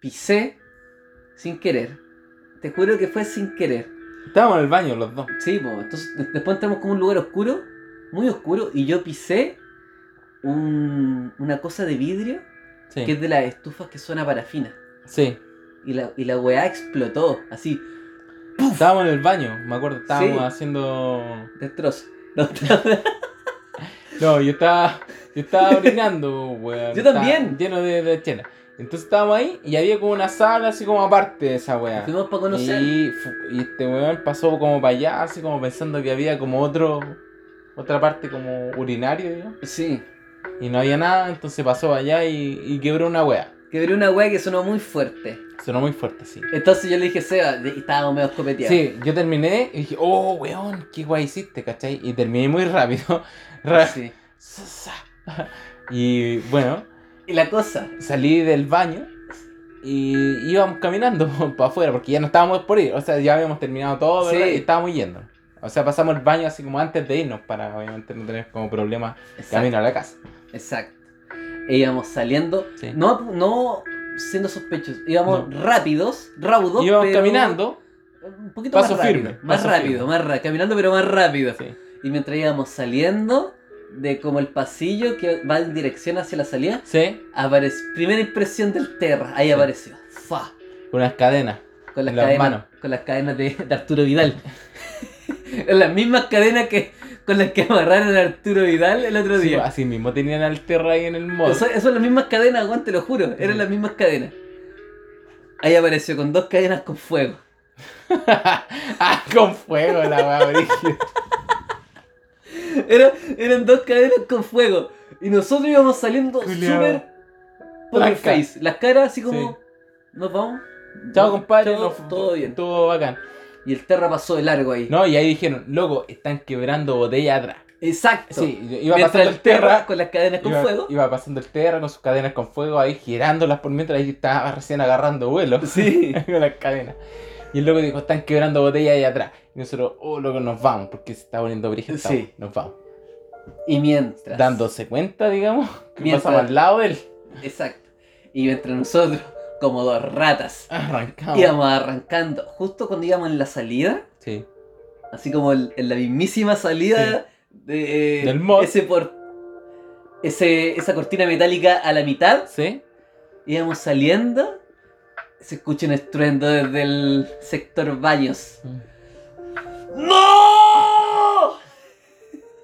Speaker 2: pisé, sin querer. Te juro que fue sin querer.
Speaker 1: Estábamos en el baño los dos.
Speaker 2: Sí, po, entonces de- después entramos como a un lugar oscuro, muy oscuro, y yo pisé un- una cosa de vidrio
Speaker 1: Sí.
Speaker 2: que es de las estufas que suena parafina.
Speaker 1: Sí.
Speaker 2: Y la, y la weá explotó, así,
Speaker 1: Estábamos en el baño, me acuerdo. Estábamos
Speaker 2: Sí.
Speaker 1: haciendo.
Speaker 2: destrozo. No,
Speaker 1: No, yo estaba. Yo estaba orinando, weón.
Speaker 2: Yo
Speaker 1: Estaba
Speaker 2: también.
Speaker 1: Lleno de, de chela. Entonces estábamos ahí y había como una sala así como aparte de esa weá.
Speaker 2: Fuimos para conocer.
Speaker 1: Y, fu- y este weón pasó como para allá, así como pensando que había como otro. Otra parte como urinario, ¿no?
Speaker 2: Sí,
Speaker 1: Y no había nada, entonces pasó para allá y, y quebró una weá.
Speaker 2: quebré una weá que sonó muy fuerte.
Speaker 1: Sonó muy fuerte, sí.
Speaker 2: Entonces yo le dije, Seba, y estábamos medio escopeteados.
Speaker 1: Sí, yo terminé y dije, oh, weón, qué guay hiciste, ¿cachai? Y terminé muy rápido. Ra-
Speaker 2: Sí.
Speaker 1: sa- sa. Y bueno,
Speaker 2: Y la cosa,
Speaker 1: salí del baño y íbamos caminando para afuera porque ya no estábamos por ir. O sea, ya habíamos terminado todo, ¿verdad?
Speaker 2: Sí.
Speaker 1: Y estábamos yendo. O sea, pasamos el baño así como antes de irnos para obviamente no tener como problema camino
Speaker 2: exacto,
Speaker 1: a la casa.
Speaker 2: exacto. E íbamos saliendo,
Speaker 1: Sí.
Speaker 2: no, no siendo sospechosos, íbamos rápidos, raudos,
Speaker 1: íbamos
Speaker 2: pero
Speaker 1: caminando.
Speaker 2: Un poquito
Speaker 1: Paso
Speaker 2: más rápido,
Speaker 1: firme,
Speaker 2: más
Speaker 1: paso
Speaker 2: rápido,
Speaker 1: firme.
Speaker 2: más rápido, caminando pero más rápido.
Speaker 1: Sí.
Speaker 2: Y mientras íbamos saliendo de como el pasillo que va en dirección hacia la salida,
Speaker 1: Sí,
Speaker 2: aparece, primera impresión del Terra, ahí
Speaker 1: Sí.
Speaker 2: apareció. Fa.
Speaker 1: con unas cadenas.
Speaker 2: Con las,
Speaker 1: Las
Speaker 2: cadenas,
Speaker 1: manos.
Speaker 2: con las cadenas de, de Arturo Vidal. Con las mismas cadenas que con las que amarraron a Arturo Vidal el otro
Speaker 1: Sí,
Speaker 2: día.
Speaker 1: así mismo tenían al Terra ahí en el mod.
Speaker 2: Eso, eso son las mismas cadenas, Juan, te lo juro. Eran
Speaker 1: Sí.
Speaker 2: las mismas cadenas. Ahí apareció con dos cadenas con fuego.
Speaker 1: ah, con fuego la weá, brígida.
Speaker 2: Era- eran dos cadenas con fuego. Y nosotros íbamos saliendo
Speaker 1: Culeado.
Speaker 2: súper poker
Speaker 1: Tranca.
Speaker 2: face. Las caras así como.
Speaker 1: Sí.
Speaker 2: Nos vamos.
Speaker 1: Chao, compadre.
Speaker 2: Chao,
Speaker 1: no-
Speaker 2: todo bien.
Speaker 1: Estuvo bacán.
Speaker 2: Y el Terra pasó de largo ahí.
Speaker 1: No, y ahí dijeron, loco, están quebrando botella atrás.
Speaker 2: Exacto.
Speaker 1: Sí, iba
Speaker 2: Mientras
Speaker 1: pasando
Speaker 2: el Terra con las cadenas con
Speaker 1: iba,
Speaker 2: fuego.
Speaker 1: iba pasando el terra con sus cadenas con fuego ahí girándolas por mientras ahí estaba recién agarrando vuelo
Speaker 2: Sí.
Speaker 1: con las cadenas. Y el loco dijo, están quebrando botella ahí atrás. Y nosotros, oh loco, nos vamos, porque se está poniendo brígido.
Speaker 2: Sí.
Speaker 1: estamos, Nos vamos.
Speaker 2: Y mientras.
Speaker 1: Dándose cuenta, digamos, que
Speaker 2: Mientras-
Speaker 1: pasamos al lado de él.
Speaker 2: Exacto. Y mientras nosotros, como dos ratas,
Speaker 1: Arrancamos.
Speaker 2: íbamos arrancando, justo cuando íbamos en la salida,
Speaker 1: Sí.
Speaker 2: así como el- en la mismísima salida de, eh,
Speaker 1: Del mod.
Speaker 2: Ese por, ese, esa cortina metálica a la mitad,
Speaker 1: ¿Sí?
Speaker 2: íbamos saliendo, se escucha un estruendo desde el sector baños. ¡No!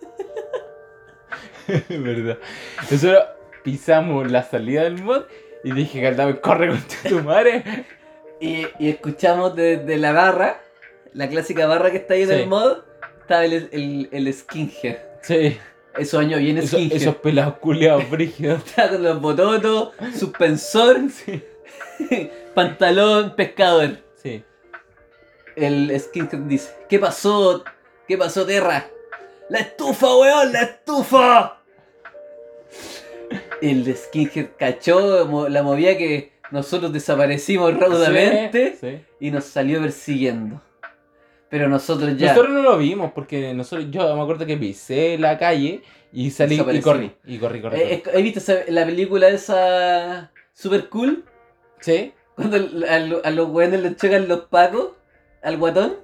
Speaker 2: Mm.
Speaker 1: Es verdad. Nosotros pisamos la salida del mod y dije, Caldame, corre con tu madre.
Speaker 2: Y, y escuchamos desde la barra, la clásica barra que está ahí en
Speaker 1: Sí.
Speaker 2: el mod, estaba el, el, el skinhead.
Speaker 1: Sí.
Speaker 2: Esos años bien
Speaker 1: Eso-
Speaker 2: skinhead.
Speaker 1: esos pelados culeados brígidos.
Speaker 2: Estaba con los bototos, suspensor,
Speaker 1: Sí.
Speaker 2: pantalón, pescador.
Speaker 1: Sí.
Speaker 2: El skinhead dice, ¿qué pasó? ¿Qué pasó, Terra? ¡La estufa, weón! ¡La estufa! El skinhead cachó mo- la movida que nosotros desaparecimos raudamente
Speaker 1: Sí.
Speaker 2: y nos salió persiguiendo. Pero nosotros ya...
Speaker 1: Nosotros no lo vimos porque nosotros, yo me acuerdo que pisé la calle y salí y
Speaker 2: Desaparecí.
Speaker 1: corrí. Y corrí, corrí.
Speaker 2: Eh, eh, ¿Has visto esa- la película esa super
Speaker 1: corrí.
Speaker 2: cool?
Speaker 1: Sí.
Speaker 2: Cuando el- a, lo- a los weones le chocan los pacos al guatón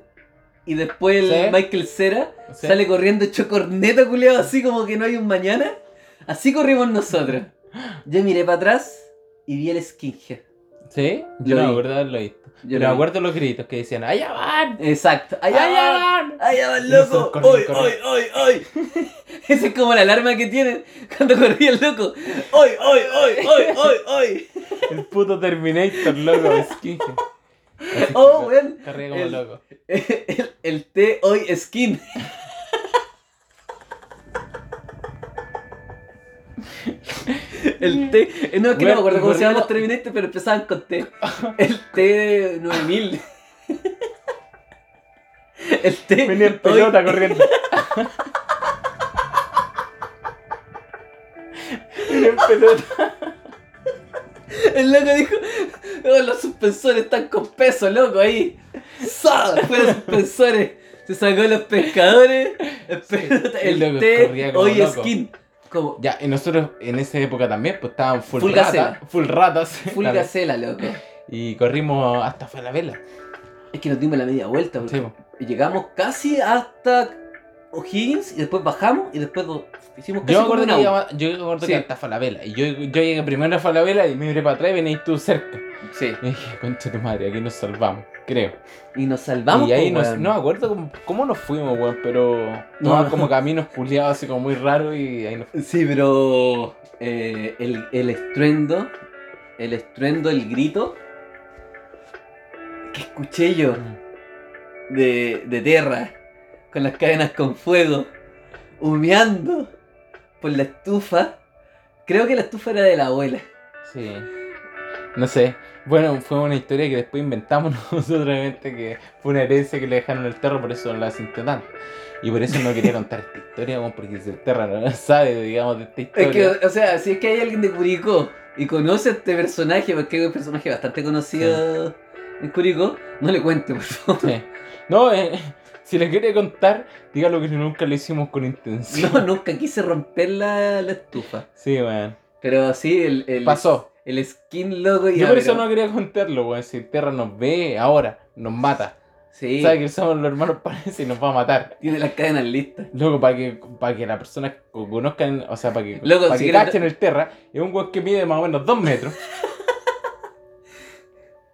Speaker 2: y después el
Speaker 1: Sí.
Speaker 2: Michael Cera
Speaker 1: sí.
Speaker 2: sale corriendo hecho corneta culeado así como que no hay un mañana. Así corrimos nosotros. Yo miré para atrás y vi el skinhead.
Speaker 1: ¿Sí? Yo
Speaker 2: Yo
Speaker 1: no
Speaker 2: vi.
Speaker 1: me acuerdo de haberlo visto.
Speaker 2: Yo
Speaker 1: Pero
Speaker 2: lo
Speaker 1: me
Speaker 2: vi.
Speaker 1: acuerdo los gritos que decían, ¡Allá van!
Speaker 2: Exacto. Allá,
Speaker 1: ¡Allá
Speaker 2: allá,
Speaker 1: van!
Speaker 2: allá van,
Speaker 1: Y
Speaker 2: loco.
Speaker 1: nosotros corren,
Speaker 2: Hoy, hoy,
Speaker 1: corren.
Speaker 2: hoy, hoy. Esa es como la alarma que tienen cuando corría el loco. Hoy, hoy, hoy, hoy, hoy, hoy.
Speaker 1: El puto Terminator, loco, es que... Así
Speaker 2: Oh,
Speaker 1: que
Speaker 2: weón.
Speaker 1: Corría como
Speaker 2: El-
Speaker 1: loco.
Speaker 2: El, el té hoy skin. El té, eh, no es que no me acuerdo cómo se llaman los Terminators, pero empezaban con té. El té 9000. El té.
Speaker 1: Venía el
Speaker 2: hoy-
Speaker 1: pelota corriendo. Venía el pelota.
Speaker 2: El loco dijo: "Oh, Los suspensores están con peso, loco, ahí. ¡Sa! Fue los suspensores. Se sacó los pescadores. El, pelota,
Speaker 1: el
Speaker 2: el
Speaker 1: loco
Speaker 2: té
Speaker 1: corría como
Speaker 2: hoy
Speaker 1: loco.
Speaker 2: skin. Como
Speaker 1: Ya, y nosotros en esa época también, pues estaban full,
Speaker 2: Full
Speaker 1: ratas.
Speaker 2: gacela.
Speaker 1: Full ratas.
Speaker 2: full
Speaker 1: Claro.
Speaker 2: gacela, loco.
Speaker 1: Y corrimos hasta fue la vela.
Speaker 2: Es que nos dimos la media vuelta, porque
Speaker 1: Sí, po.
Speaker 2: llegamos casi hasta O'Higgins y después bajamos y después do- hicimos casi
Speaker 1: Yo me
Speaker 2: como
Speaker 1: acuerdo que
Speaker 2: una U.
Speaker 1: llegaba- yo me acuerdo
Speaker 2: Sí.
Speaker 1: que hasta Falabella. Y yo, yo llegué primero a Falabella y me miré para atrás y venís tú cerca.
Speaker 2: Sí.
Speaker 1: Y dije, concha tu madre, aquí nos salvamos, creo.
Speaker 2: Y nos salvamos.
Speaker 1: y ahí
Speaker 2: po,
Speaker 1: nos,
Speaker 2: weón.
Speaker 1: no me acuerdo cómo, cómo nos fuimos, weón, pero
Speaker 2: No.
Speaker 1: no, como caminos culiados así como muy raros y ahí nos
Speaker 2: Sí, pero eh, el, el estruendo, el estruendo, el grito que escuché yo de, de tierra, con las cadenas con fuego, humeando por la estufa. Creo que la estufa era de la abuela.
Speaker 1: Sí. No sé. Bueno, fue una historia que después inventamos nosotros, obviamente, que fue una herencia que le dejaron al Terra, por eso la sintió tanto. Y por eso no quería contar esta historia, weón, porque si el Terra no sabe, digamos, de esta
Speaker 2: Es
Speaker 1: historia.
Speaker 2: que, o sea, si es que hay alguien de Curicó y conoce a este personaje, porque es un personaje bastante conocido en Curicó, no le cuente, por favor.
Speaker 1: Sí. No, eh, si le quiere contar, dígalo que nunca lo hicimos con intención.
Speaker 2: No, nunca quise romper la, la estufa.
Speaker 1: Sí, weón.
Speaker 2: Pero sí, el, el,
Speaker 1: Pasó.
Speaker 2: el skin loco y
Speaker 1: Yo por eso no quería contarlo, weón. Si el Terra nos ve ahora, nos mata.
Speaker 2: Sí,
Speaker 1: Sabe que somos los hermanos parece y nos va a matar.
Speaker 2: tiene las cadenas listas.
Speaker 1: Loco, para que, para que las personas co- conozcan, o sea, para que,
Speaker 2: Loco,
Speaker 1: para
Speaker 2: si
Speaker 1: que
Speaker 2: quieres-
Speaker 1: cachen el Terra, es un weón que mide más o menos 2 metros.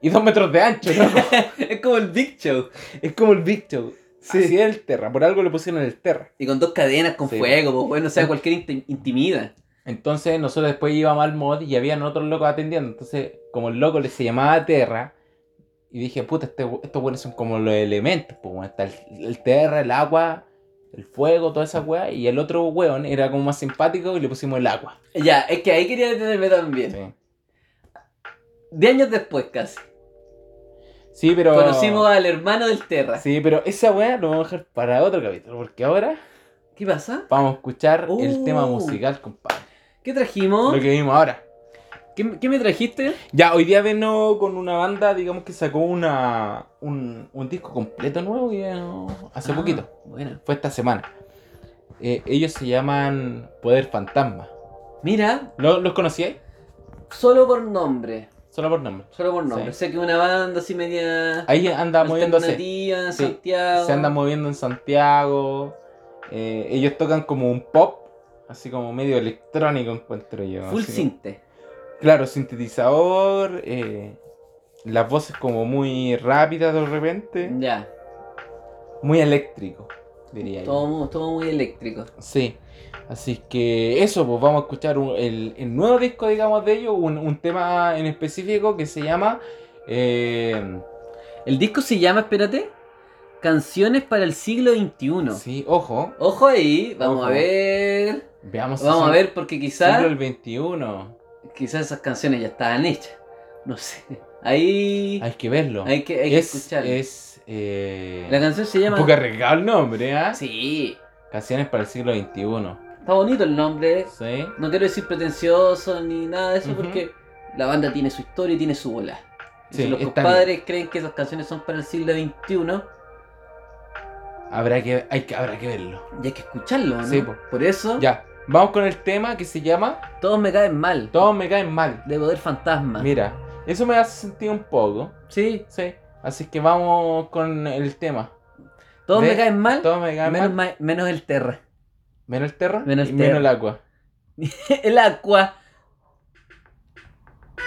Speaker 1: y 2 metros de ancho, loco.
Speaker 2: es como el Big Show.
Speaker 1: Es como el Big Show.
Speaker 2: Sí.
Speaker 1: Así es el Terra, por algo le pusieron el Terra.
Speaker 2: Y con dos cadenas, con
Speaker 1: Sí.
Speaker 2: fuego, pues bueno, o sea, cualquier inti- intimida.
Speaker 1: Entonces nosotros después íbamos al mod y habían otros locos atendiendo. Entonces, como el loco le se llamaba Terra, y dije, puta, este we- estos weones son como los elementos, pues bueno, está el, el Terra, el agua, el fuego, toda esa weá. Y el otro weón era como más simpático y le pusimos el agua.
Speaker 2: Ya, es que ahí quería detenerme también.
Speaker 1: Sí.
Speaker 2: De años después casi.
Speaker 1: Sí, pero.
Speaker 2: Conocimos al hermano del Terra.
Speaker 1: Oh. Sí, pero esa weá lo vamos a dejar para otro capítulo, porque ahora
Speaker 2: ¿Qué pasa?
Speaker 1: vamos a escuchar
Speaker 2: Uh.
Speaker 1: el tema musical, compadre.
Speaker 2: ¿Qué trajimos?
Speaker 1: Lo que vimos ahora.
Speaker 2: ¿Qué, qué me trajiste?
Speaker 1: Ya, hoy día vino con una banda, digamos que sacó una un, un disco completo nuevo y, eh, hace
Speaker 2: Ah,
Speaker 1: poquito.
Speaker 2: Bueno.
Speaker 1: Fue esta semana. Eh, ellos se llaman Poder Fantasma.
Speaker 2: Mira,
Speaker 1: ¿Lo- ¿Los conocíais?
Speaker 2: solo por nombre.
Speaker 1: Solo por nombre.
Speaker 2: Solo por nombre.
Speaker 1: Sí.
Speaker 2: Sé que una banda así media.
Speaker 1: Ahí anda moviéndose.
Speaker 2: alternativa en
Speaker 1: Sí,
Speaker 2: Santiago.
Speaker 1: se andan moviendo en Santiago. eh, ellos tocan como un pop, así como medio electrónico, encuentro yo.
Speaker 2: Full
Speaker 1: así.
Speaker 2: sinte.
Speaker 1: Claro, sintetizador, eh, las voces como muy rápidas de repente.
Speaker 2: Ya.
Speaker 1: Muy eléctrico, diría
Speaker 2: Todo, mu- todo muy eléctrico.
Speaker 1: yo. Sí. Así que eso, pues vamos a escuchar un- el, el nuevo disco, digamos, de ellos, un, un tema en específico que se llama... eh,
Speaker 2: El disco se llama, espérate, Canciones para el siglo XXI.
Speaker 1: Sí, ojo,
Speaker 2: Ojo ahí, vamos
Speaker 1: Ojo.
Speaker 2: a ver.
Speaker 1: veamos si
Speaker 2: Vamos a
Speaker 1: son-
Speaker 2: ver, porque quizás
Speaker 1: siglo el 21.
Speaker 2: quizás esas canciones ya estaban hechas. No sé. Ahí
Speaker 1: Hay que verlo.
Speaker 2: hay que, hay que
Speaker 1: es,
Speaker 2: escucharla.
Speaker 1: Es. eh,
Speaker 2: La canción se llama.
Speaker 1: Un poco arriesgado el nombre, ¿ah?
Speaker 2: Sí,
Speaker 1: Canciones para el siglo XXI.
Speaker 2: está bonito el nombre.
Speaker 1: ¿Sí?
Speaker 2: No quiero decir pretencioso ni nada de eso
Speaker 1: Ujú.
Speaker 2: porque la banda tiene su historia y tiene su bola. Y
Speaker 1: Sí,
Speaker 2: si los
Speaker 1: está
Speaker 2: compadres creen que esas canciones son para el siglo XXI,
Speaker 1: Habrá que, hay que, habrá que verlo.
Speaker 2: ya hay que escucharlo, ¿no?
Speaker 1: Sí, po.
Speaker 2: Por eso
Speaker 1: Ya, vamos con el tema que se llama
Speaker 2: todos me caen mal.
Speaker 1: Todos me caen mal.
Speaker 2: De poder fantasma.
Speaker 1: Mira, eso me hace sentir un poco.
Speaker 2: Sí,
Speaker 1: Sí. Así que vamos con el tema.
Speaker 2: todos
Speaker 1: De-
Speaker 2: me caen mal.
Speaker 1: Todos me caen
Speaker 2: menos,
Speaker 1: mal.
Speaker 2: ma- menos el terra.
Speaker 1: Menos el terror
Speaker 2: Menos
Speaker 1: y
Speaker 2: el
Speaker 1: menos
Speaker 2: terra.
Speaker 1: el agua.
Speaker 2: el agua.
Speaker 3: Thank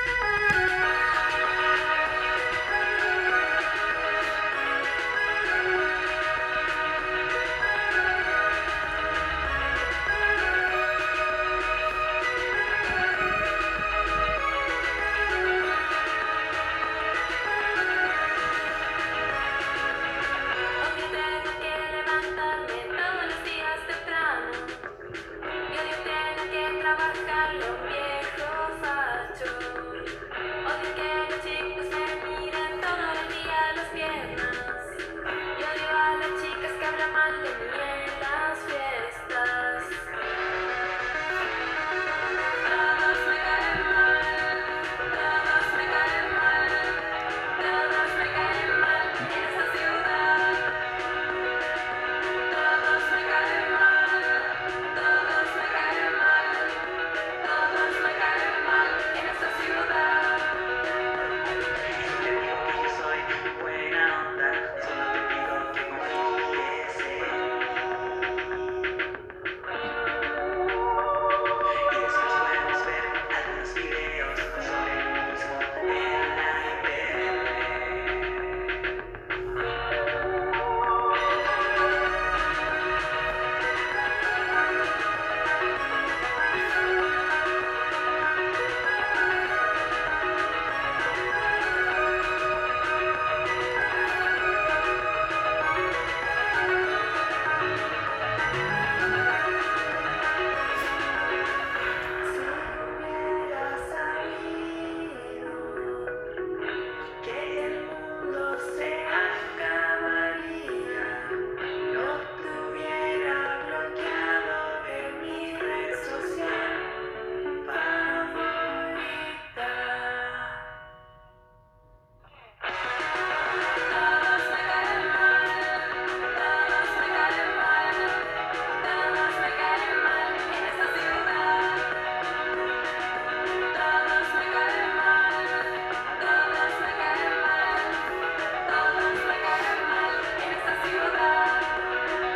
Speaker 3: Alguien en las fiestas. Todos me caen mal, todos me caen mal, todos me caen mal en esa ciudad. Todos me caen mal, todos me caen mal, todos me caen mal en esa ciudad.
Speaker 4: Te digo que yo soy buena onda, solo te pido que confíes. Y después podemos ver algunos videos sobre lo mismo en la internet.
Speaker 3: Si hubiera sabido que el mundo se acabaría, no te hubiera bloqueado en mi red social favorita. Todos me caen mal, todos me caen mal, todos me caen mal en esta ciudad. Todos me caen mal, todos me caen mal, todos me caen mal en esta ciudad. Todos me caen mal,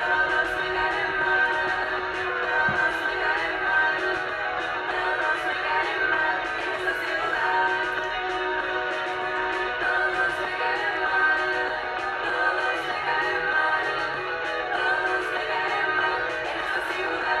Speaker 3: todos me caen mal, todos me caen mal en esta ciudad. Todos me caen mal, todos me caen mal, todos me caen mal en esta ciudad.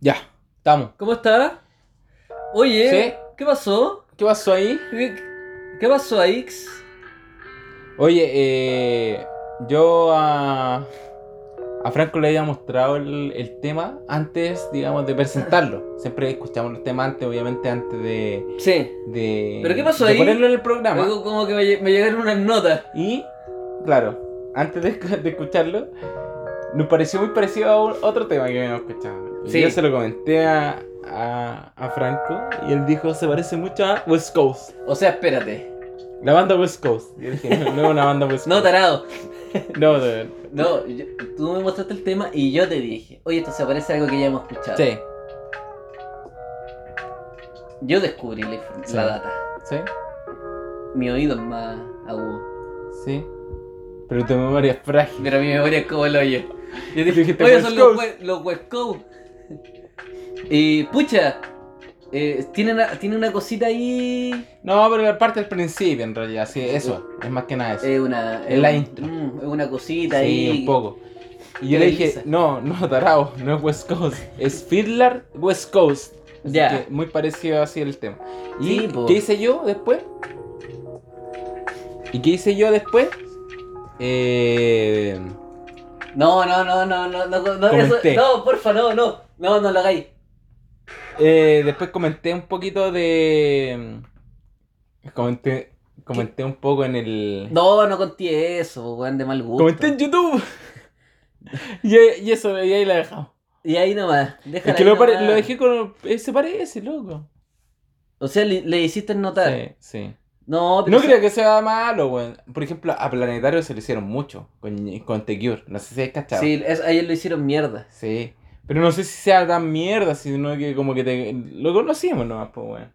Speaker 1: Ya, estamos.
Speaker 2: ¿Cómo está? Oye,
Speaker 1: Sí.
Speaker 2: ¿qué pasó?
Speaker 1: ¿Qué pasó ahí?
Speaker 2: ¿Qué, qué pasó, Aix?
Speaker 1: Oye, eh, yo a, a Franco le había mostrado el, el tema antes, digamos, de presentarlo. Siempre escuchamos los temas antes, obviamente, antes de,
Speaker 2: Sí.
Speaker 1: de-
Speaker 2: ¿Pero qué pasó
Speaker 1: de
Speaker 2: ahí?
Speaker 1: ponerlo en el programa.
Speaker 2: Luego como que me, lle- me llegaron unas notas.
Speaker 1: Y, claro, antes de, escu- de escucharlo, nos pareció muy parecido a un- otro tema que habíamos escuchado. Y
Speaker 2: Sí.
Speaker 1: yo se lo comenté a, a- a Franco y él dijo, se parece mucho a West Coast.
Speaker 2: O sea, espérate.
Speaker 1: La banda West Coast. Yo dije, no, no es una banda West
Speaker 2: No,
Speaker 1: Coast.
Speaker 2: tarado.
Speaker 1: No, no, no.
Speaker 2: No, yo- tú me mostraste el tema y yo te dije, oye, esto se parece a algo que ya hemos escuchado.
Speaker 1: Sí,
Speaker 2: Yo descubrí la, inf-
Speaker 1: Sí.
Speaker 2: la data.
Speaker 1: sí,
Speaker 2: Mi oído es más agudo.
Speaker 1: sí. Pero tu memoria es frágil.
Speaker 2: Pero mi memoria es como el hoyo. Yo
Speaker 1: Tú
Speaker 2: dije,
Speaker 1: dijiste
Speaker 2: oye,
Speaker 1: West
Speaker 2: son los,
Speaker 1: Coast".
Speaker 2: we- los West Coast. Y pucha, eh, tiene, una, tiene una cosita ahí.
Speaker 1: No, pero la parte del principio, en realidad, sí, eso. Es más que nada eso.
Speaker 2: Es eh, una.
Speaker 1: Es la
Speaker 2: un-
Speaker 1: intro.
Speaker 2: mm, es una cosita ahí.
Speaker 1: Sí, un poco. Y yo le
Speaker 2: Televisa.
Speaker 1: dije, no, no, tarao, no es West Coast, es Fiddler West Coast. Así
Speaker 2: Ya.
Speaker 1: que muy parecido así el tema. ¿Y
Speaker 2: Sí, po.
Speaker 1: qué hice yo después? ¿Y qué hice yo después? Eh,
Speaker 2: No, no, no, no, no, no, no, eso,
Speaker 1: Comenté.
Speaker 2: no, porfa, no, no, no, no lo hagáis.
Speaker 1: eh, después comenté un poquito de... mm, Comenté, comenté un poco en el...
Speaker 2: No, no conté eso, weón, de mal gusto.
Speaker 1: comenté en YouTube. y, y eso, y ahí la dejamos.
Speaker 2: Y ahí nomás, déjala
Speaker 1: Es que
Speaker 2: ahí
Speaker 1: lo, pare-
Speaker 2: nomás.
Speaker 1: lo dejé con... eh, se parece, loco.
Speaker 2: O sea, le, le hiciste notar.
Speaker 1: Sí, sí.
Speaker 2: No, pero
Speaker 1: No creo que sea malo, weón. Por ejemplo, a Planetario se lo hicieron mucho con, con The Cure. No sé si es cachado.
Speaker 2: Sí, es- a ellos lo hicieron mierda.
Speaker 1: Sí. Pero no sé si sea tan mierda, sino que como que te- lo conocimos nomás, pues, weón.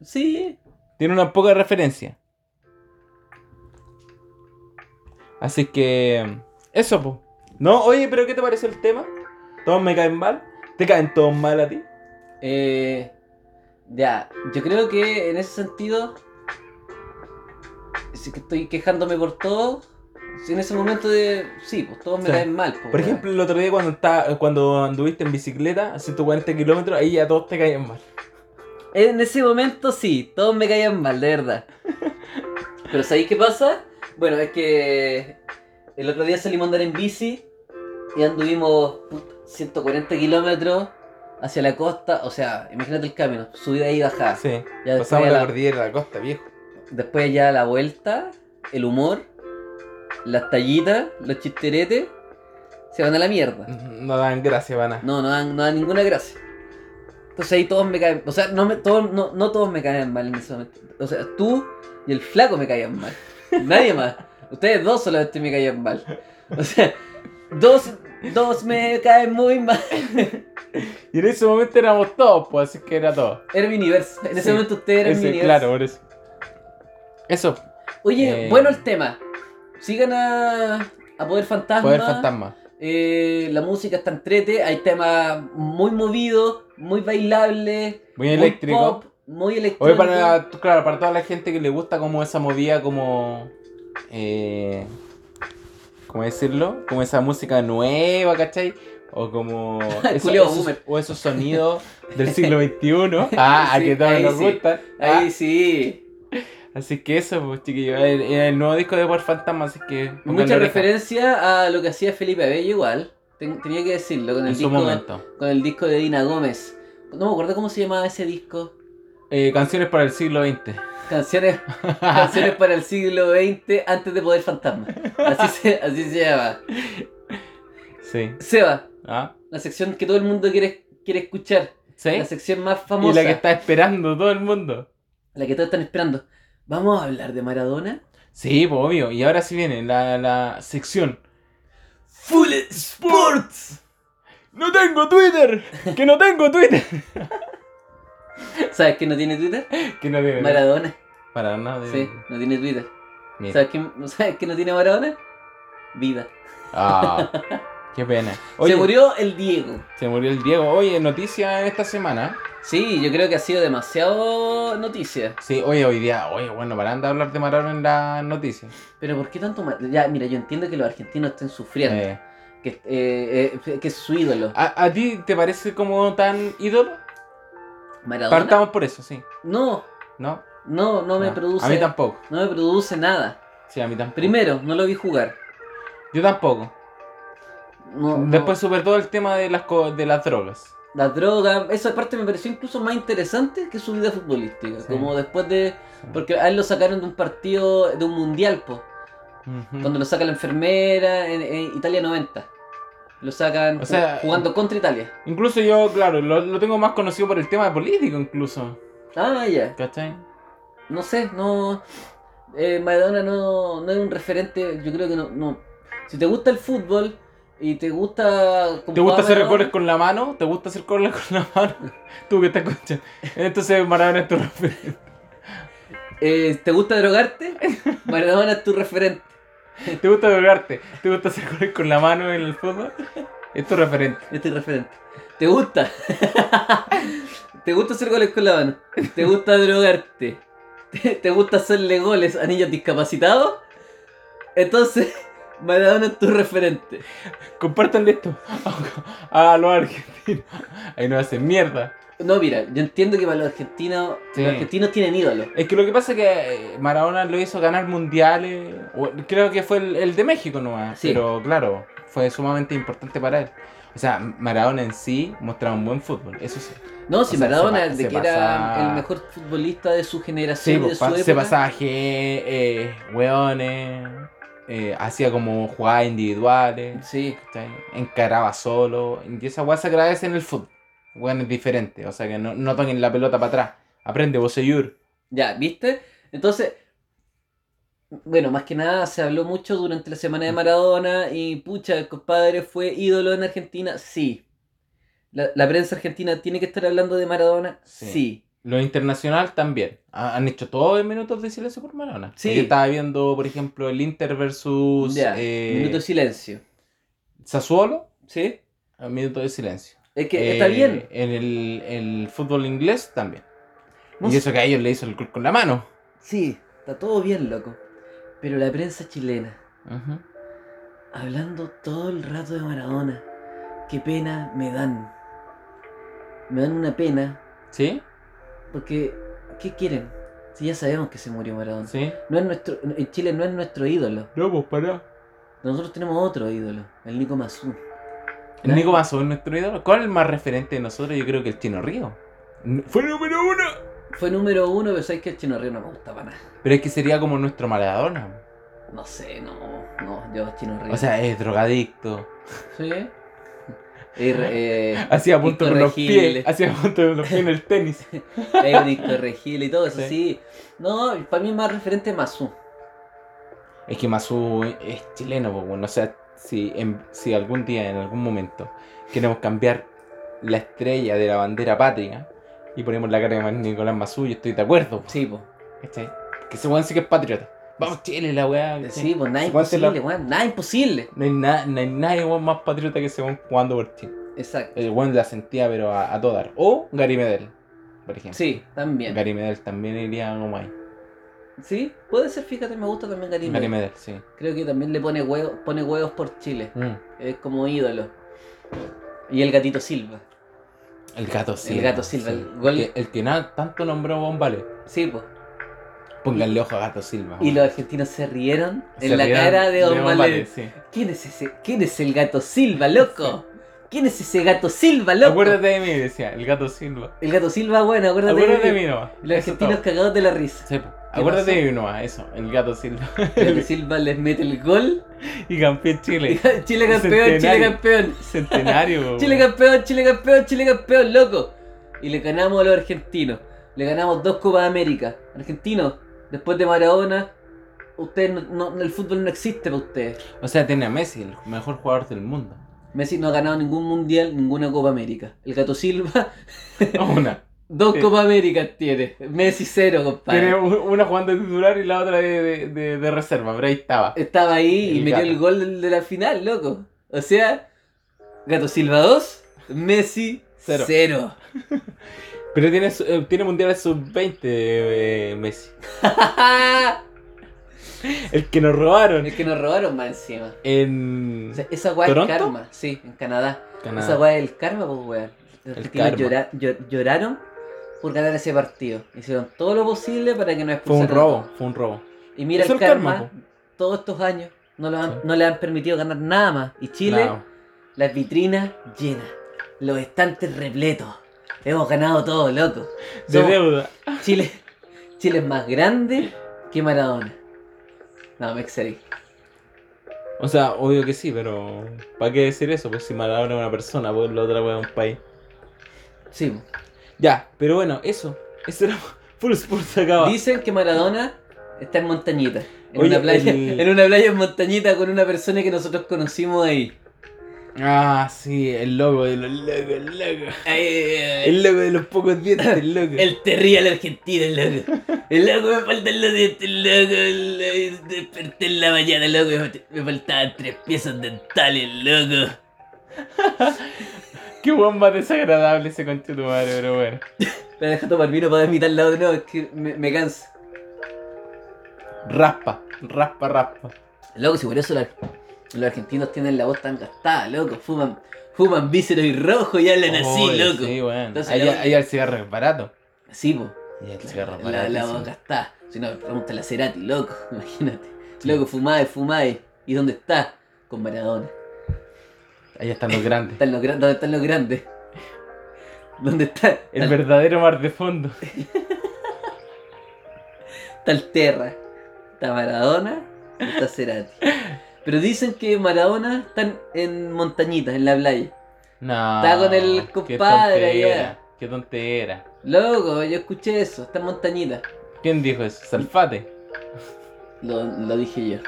Speaker 2: Sí.
Speaker 1: Tiene una poca referencia. Así que. Eso, pues. No, oye, pero ¿qué te pareció el tema? ¿Todos me caen mal? ¿Te caen todos mal a ti?
Speaker 2: Eh, ya, yo creo que en ese sentido, si que estoy quejándome por todo, si en ese momento de, sí, pues todos me
Speaker 1: Sí.
Speaker 2: caen mal. pues,
Speaker 1: Por
Speaker 2: weón.
Speaker 1: ejemplo, el otro día cuando, está, cuando anduviste en bicicleta a 140 kilómetros, ahí ya todos te caían mal.
Speaker 2: En ese momento sí, todos me caían mal, de verdad. Pero ¿sabéis qué pasa? Bueno, es que El otro día salimos a andar en bici y anduvimos put, 140 kilómetros hacia la costa. O sea, imagínate el camino, subida y bajada.
Speaker 1: Sí.
Speaker 2: Ah, Ya después,
Speaker 1: Pasamos
Speaker 2: ya
Speaker 1: la
Speaker 2: la,
Speaker 1: cordillera de la costa, viejo.
Speaker 2: después ya la vuelta, el humor, las tallitas, los chisteretes, se van a la mierda.
Speaker 1: No dan gracia, van a.
Speaker 2: No, no dan, no dan ninguna gracia. Entonces ahí todos me caen. O sea, no, me, todos, no, no todos me caían mal en ese momento. O sea, tú y el flaco me caían mal. Nadie más. Ustedes dos solamente me caían mal. O sea, dos, dos me caen muy mal.
Speaker 1: Y en ese momento éramos todos, pues así que era todo.
Speaker 2: Era mi universo. En ese
Speaker 1: Sí,
Speaker 2: momento ustedes eran mi
Speaker 1: Ese,
Speaker 2: universo.
Speaker 1: claro, por eso. Eso,
Speaker 2: Oye,
Speaker 1: Eh.
Speaker 2: bueno el tema. Sigan a, a Poder Fantasma.
Speaker 1: poder fantasma.
Speaker 2: Eh, la música está entrete. Hay temas muy movidos, muy bailables.
Speaker 1: Muy eléctrico.
Speaker 2: Muy, pop, muy electrónico.
Speaker 1: Oye, para, claro, para toda la gente que le gusta como esa movida, como... Eh, ¿Cómo decirlo? Como esa música nueva, ¿cachai? O como... eso-
Speaker 2: Julio
Speaker 1: esos-
Speaker 2: Boomer.
Speaker 1: o esos sonidos del siglo XXI. Ah, a
Speaker 2: Sí,
Speaker 1: que todos
Speaker 2: ahí
Speaker 1: nos
Speaker 2: sí.
Speaker 1: gustan. Ah,
Speaker 2: Ahí sí.
Speaker 1: así que eso, pues chiquillos. El, el nuevo disco de Por Fantasma, así que... pónganle
Speaker 2: Mucha
Speaker 1: oreja.
Speaker 2: referencia a lo que hacía Felipe Abello igual. Ten- tenía que decirlo con el,
Speaker 1: En su
Speaker 2: disco,
Speaker 1: momento.
Speaker 2: con el disco de Dina Gómez. No me acuerdo cómo se llamaba ese disco.
Speaker 1: Eh, canciones para el siglo XX.
Speaker 2: Canciones, canciones para el siglo XX antes de Poder Fantasma. Así se, así se llama.
Speaker 1: Sí.
Speaker 2: Seba,
Speaker 1: ¿Ah?
Speaker 2: la sección que todo el mundo quiere, quiere escuchar.
Speaker 1: ¿Sí?
Speaker 2: La sección más
Speaker 1: Y
Speaker 2: famosa.
Speaker 1: la que está esperando todo el mundo.
Speaker 2: la que todos están esperando. ¿Vamos a hablar de Maradona?
Speaker 1: Sí, pues obvio. Y ahora sí viene la, la sección.
Speaker 2: Full Sports.
Speaker 1: ¡No tengo Twitter! ¡Que no tengo Twitter!
Speaker 2: ¿Sabes quién no tiene Twitter?
Speaker 1: que no debe.
Speaker 2: Maradona.
Speaker 1: Para nada.
Speaker 2: Sí, no tiene Twitter.
Speaker 1: Mira.
Speaker 2: ¿Sabes quién, ¿Sabes quién no tiene Maradona? Vida.
Speaker 1: Ah, qué pena.
Speaker 2: Se murió el Diego.
Speaker 1: se murió el Diego. Oye, noticia esta semana.
Speaker 2: Sí, yo creo que ha sido demasiado noticia.
Speaker 1: Sí, oye, hoy día. Oye, bueno, para de hablar de Maradona en las noticias.
Speaker 2: Pero ¿por qué tanto mal? Ya, mira, yo entiendo que los argentinos estén sufriendo.
Speaker 1: Eh, Ah,
Speaker 2: Que, eh, eh, que es su ídolo.
Speaker 1: ¿a, a ti te parece como tan ídolo?
Speaker 2: Maradona.
Speaker 1: Partamos por eso, sí.
Speaker 2: No,
Speaker 1: ¿No?
Speaker 2: no, no me
Speaker 1: No.
Speaker 2: produce.
Speaker 1: Ah, A mí tampoco.
Speaker 2: No me produce nada.
Speaker 1: Sí, a mí tampoco.
Speaker 2: Primero, no lo vi jugar.
Speaker 1: Yo tampoco.
Speaker 2: No, no.
Speaker 1: Después, sobre todo el tema de las, co- de las drogas.
Speaker 2: Las drogas, esa parte me pareció incluso más interesante que su vida futbolística.
Speaker 1: Sí.
Speaker 2: Como después de. Porque a él lo sacaron de un partido, de un mundial, po.
Speaker 1: Ujú.
Speaker 2: Cuando lo saca la enfermera en, en Italia 90. Lo sacan
Speaker 1: O
Speaker 2: ju-
Speaker 1: sea,
Speaker 2: jugando contra Italia.
Speaker 1: Incluso yo, claro, lo, lo tengo más conocido por el tema político, incluso.
Speaker 2: Ah, ya.
Speaker 1: ¿Cachai?
Speaker 2: No sé, no. eh, Maradona no, no es un referente. Yo creo que no, no. Si te gusta el fútbol y te gusta. como
Speaker 1: ¿Te gusta
Speaker 2: jugaba
Speaker 1: hacer
Speaker 2: Maradona,
Speaker 1: goles con la mano? ¿Te gusta hacer goles con la mano? Tú que te escuchas. Entonces Maradona es tu referente.
Speaker 2: eh, ¿Te gusta drogarte? Maradona es tu referente.
Speaker 1: ¿Te gusta drogarte? ¿Te gusta hacer goles con la mano en el fútbol? Es tu referente.
Speaker 2: Este referente. ¿Te gusta? ¿Te gusta hacer goles con la mano? ¿Te gusta drogarte? ¿Te, te gusta hacerle goles a niños discapacitados? Entonces, Maradona es tu referente.
Speaker 1: Compártanle esto a, a los argentinos. Ahí nos hacen mierda.
Speaker 2: No, mira, yo entiendo que para los argentinos,
Speaker 1: Sí.
Speaker 2: los argentinos tienen ídolos.
Speaker 1: Es que lo que pasa es que eh, Maradona lo hizo ganar mundiales. o- Creo que fue el, el de México nomás.
Speaker 2: Sí.
Speaker 1: Pero claro, fue sumamente importante para él. O sea, Maradona en sí mostraba un buen fútbol, eso sí.
Speaker 2: No, si
Speaker 1: sea, se
Speaker 2: Maradona
Speaker 1: pa-
Speaker 2: es de
Speaker 1: se
Speaker 2: que era
Speaker 1: pasa-
Speaker 2: el mejor futbolista de su
Speaker 1: Sí,
Speaker 2: generación y de
Speaker 1: pues,
Speaker 2: su
Speaker 1: pa- se
Speaker 2: época.
Speaker 1: pasaba G, eh, weones, eh, hacía como jugadas individuales,
Speaker 2: Sí,
Speaker 1: ¿cachai? encaraba solo. Y esa weá se agradece en el fútbol. Weón es diferente, o sea que no, no toquen la pelota para atrás. Aprende vos, señor.
Speaker 2: ya, ¿viste? Entonces, bueno, más que nada se habló mucho durante la semana de Maradona y pucha, el compadre fue ídolo en Argentina, sí. La, la prensa argentina tiene que estar hablando de Maradona,
Speaker 1: Sí.
Speaker 2: sí.
Speaker 1: Lo internacional también. Ha- Han hecho todos en minutos de silencio por Maradona.
Speaker 2: Sí.
Speaker 1: Ayer estaba viendo, por ejemplo, el Inter versus
Speaker 2: Ya,
Speaker 1: eh,
Speaker 2: minuto de silencio,
Speaker 1: Sassuolo.
Speaker 2: ¿sí?
Speaker 1: a Minuto de silencio.
Speaker 2: Es que está
Speaker 1: Eh,
Speaker 2: bien.
Speaker 1: En el, el fútbol inglés también.
Speaker 2: No
Speaker 1: Y eso que a ellos le hizo el gol con la mano.
Speaker 2: Sí, está todo bien, loco. Pero la prensa chilena,
Speaker 1: Ujú.
Speaker 2: hablando todo el rato de Maradona, qué pena me dan. Me dan una pena
Speaker 1: ¿Sí?
Speaker 2: Porque, ¿qué quieren? Si ya sabemos que se murió Maradona.
Speaker 1: Sí.
Speaker 2: No es nuestro, en Chile no es nuestro ídolo.
Speaker 1: No, pues pará.
Speaker 2: Nosotros tenemos otro ídolo, el Nico Mazú.
Speaker 1: ¿El Nico Mazú es nuestro ídolo? ¿Cuál es el más referente de nosotros? Yo creo que el Chino Río. N- Fue número uno.
Speaker 2: Fue número uno, pero sabéis que el Chino Río no me gusta para nada.
Speaker 1: Pero es que sería como nuestro Maradona.
Speaker 2: No sé, no, no, yo Chino Río.
Speaker 1: O sea, es drogadicto.
Speaker 2: sí. Ir, eh,
Speaker 1: Hacía punto con los pies.
Speaker 2: Incorregible.
Speaker 1: Hacía punto con los pies en el tenis.
Speaker 2: hay eh, un incorregible y todo eso,
Speaker 1: Sí.
Speaker 2: sí. No, para mí es más referente Mazú.
Speaker 1: Es que Mazú es chileno, pues bueno. O sea, si, en- si algún día, en algún momento, queremos cambiar la estrella de la bandera patria y ponemos la cara de Nicolás Mazú, yo estoy de acuerdo. pues,
Speaker 2: Sí, pues.
Speaker 1: ¿cachai? Que ese weón sí que es patriota. Vamos, Chile, la weá. ¿cachai?
Speaker 2: Sí, pues nada
Speaker 1: Se puede hacer la-
Speaker 2: imposible, weón. Nada imposible.
Speaker 1: No hay, na- no hay nadie weón, más patriota que ese weón jugando por Chile.
Speaker 2: Exacto.
Speaker 1: El weón la sentía, pero a, a todo dar. O Gary Medel, por ejemplo.
Speaker 2: Sí, también.
Speaker 1: Gary Medel también iría como ahí.
Speaker 2: Sí, puede ser, fíjate, me gusta también Gary
Speaker 1: Gary Medel,
Speaker 2: Medel.
Speaker 1: sí.
Speaker 2: Creo que también le pone huevos, pone huevos por Chile.
Speaker 1: Mm.
Speaker 2: Es como ídolo. Y el gatito Silva.
Speaker 1: El gato Silva.
Speaker 2: gato Silva,
Speaker 1: sí.
Speaker 2: el gol-
Speaker 1: El que, el que nada, tanto nombró Bombale.
Speaker 2: Sí, pues.
Speaker 1: Pónganle ojo a gato Silva.
Speaker 2: Y
Speaker 1: weón.
Speaker 2: los argentinos se rieron
Speaker 1: Ah. Se
Speaker 2: en la
Speaker 1: rieron
Speaker 2: cara de Don Valer.
Speaker 1: sí.
Speaker 2: ¿Quién es ese? ¿Quién es el gato Silva, loco? ¿Quién es ese gato Silva, loco?
Speaker 1: Acuérdate de mí, decía, el gato Silva.
Speaker 2: El gato Silva, bueno, acuérdate.
Speaker 1: Acuérdate de mí nomás. Eso
Speaker 2: Los argentinos
Speaker 1: todo.
Speaker 2: cagados de la risa.
Speaker 1: Sí, po. Acuérdate
Speaker 2: pasó?
Speaker 1: de mí nomás, eso, el gato Silva.
Speaker 2: El gato Silva les mete el gol.
Speaker 1: y campeón Chile.
Speaker 2: Chile campeón, Chile
Speaker 1: Centenario.
Speaker 2: campeón.
Speaker 1: Centenario. weón.
Speaker 2: Chile campeón, Chile campeón, Chile campeón, loco. Y le ganamos a los argentinos. Le ganamos dos Copas de América. Argentinos, después de Maradona, ustedes no- no- el fútbol no existe para ustedes.
Speaker 1: O sea, tiene a Messi, el mejor jugador del mundo.
Speaker 2: Messi no ha ganado ningún mundial, ninguna Copa América. El gato Silva,
Speaker 1: Una.
Speaker 2: dos
Speaker 1: Sí.
Speaker 2: Copa América tiene. Messi cero,
Speaker 1: Tiene
Speaker 2: compadre.
Speaker 1: u- una jugando de titular y la otra de, de- de- de reserva, pero ahí estaba.
Speaker 2: Estaba ahí y
Speaker 1: El
Speaker 2: metió
Speaker 1: gato.
Speaker 2: el gol del- de la final, loco. O sea, gato Silva 2, Messi
Speaker 1: Cero.
Speaker 2: 0.
Speaker 1: Pero tiene, su- eh, tiene mundiales sub-20 eh, Messi. El que nos robaron
Speaker 2: es que nos robaron más encima.
Speaker 1: en
Speaker 2: O sea, esa weá es
Speaker 1: ¿Toronto?
Speaker 2: karma, sí, en Canadá.
Speaker 1: Canadá.
Speaker 2: Esa weá es el karma, pues weón. Los argentinos
Speaker 1: karma.
Speaker 2: llora- llor- lloraron por ganar ese partido. Hicieron todo lo posible para que no
Speaker 1: Fue
Speaker 2: expulsaran.
Speaker 1: un robo, fue un robo.
Speaker 2: Y mira el,
Speaker 1: Eso es el
Speaker 2: karma,
Speaker 1: karma, po.
Speaker 2: todos estos años no, lo han-
Speaker 1: Sí.
Speaker 2: no le han permitido ganar nada más. Y Chile,
Speaker 1: No.
Speaker 2: las vitrinas llenas, los estantes repletos. Hemos ganado todo, loco.
Speaker 1: De
Speaker 2: Somos-
Speaker 1: deuda.
Speaker 2: Chile, Chile es más grande que Maradona. No, me excedí.
Speaker 1: O sea, obvio que sí, pero ¿para qué decir eso? Pues si Maradona es una persona, pues la otra weá es un país.
Speaker 2: Sí, po.
Speaker 1: Ya, pero bueno, eso. Eso era Full Sports se acaba.
Speaker 2: Dicen que Maradona está en Montañita. En,
Speaker 1: Oye,
Speaker 2: una playa,
Speaker 1: el-
Speaker 2: en una playa en Montañita con una persona que nosotros conocimos ahí.
Speaker 1: Ah, sí, el logo de los locos, el logo.
Speaker 2: El,
Speaker 1: El logo de los pocos dientes, el logo.
Speaker 2: el terrible argentino, el loco. El loco me faltan los dientes, el loco. el- el- desperté en la mañana, loco. Me, me faltaban tres piezas dentales, loco.
Speaker 1: Qué weón más desagradable ese concho tu madre, pero bueno.
Speaker 2: La deja tomar vino para imitarla lado de nuevo, es que me, me cansa.
Speaker 1: Raspa, raspa, raspa.
Speaker 2: Loco, si por eso la- los argentinos tienen la voz tan gastada, loco. Fuman, fuman vísceros y rojo y hablan
Speaker 1: Oh,
Speaker 2: así, loco.
Speaker 1: Sí,
Speaker 2: Sí,
Speaker 1: weón.
Speaker 2: Entonces,
Speaker 1: Allá,
Speaker 2: la-
Speaker 1: allá el cigarro es barato.
Speaker 2: po.
Speaker 1: Y el cigarro
Speaker 2: La,
Speaker 1: es
Speaker 2: la, la
Speaker 1: baratísimo.
Speaker 2: boca está. Si no, pregúntale a Cerati, loco, imagínate. Loco, fumáis, fumáis. ¿Y dónde está? Con Maradona.
Speaker 1: Allá están los grandes.
Speaker 2: Están los gran- ¿Dónde están los grandes? ¿Dónde está?
Speaker 1: El
Speaker 2: Está-
Speaker 1: verdadero mar de fondo.
Speaker 2: Está el Terra. Está Maradona. y Está Cerati. Pero dicen que Maradona está en montañitas, en la playa.
Speaker 1: No.
Speaker 2: Está con el
Speaker 1: qué
Speaker 2: compadre
Speaker 1: tontera,
Speaker 2: allá.
Speaker 1: Qué tontera.
Speaker 2: Loco, yo escuché eso. Está en montañitas.
Speaker 1: ¿Quién dijo eso? Salfate.
Speaker 2: Lo, lo dije yo.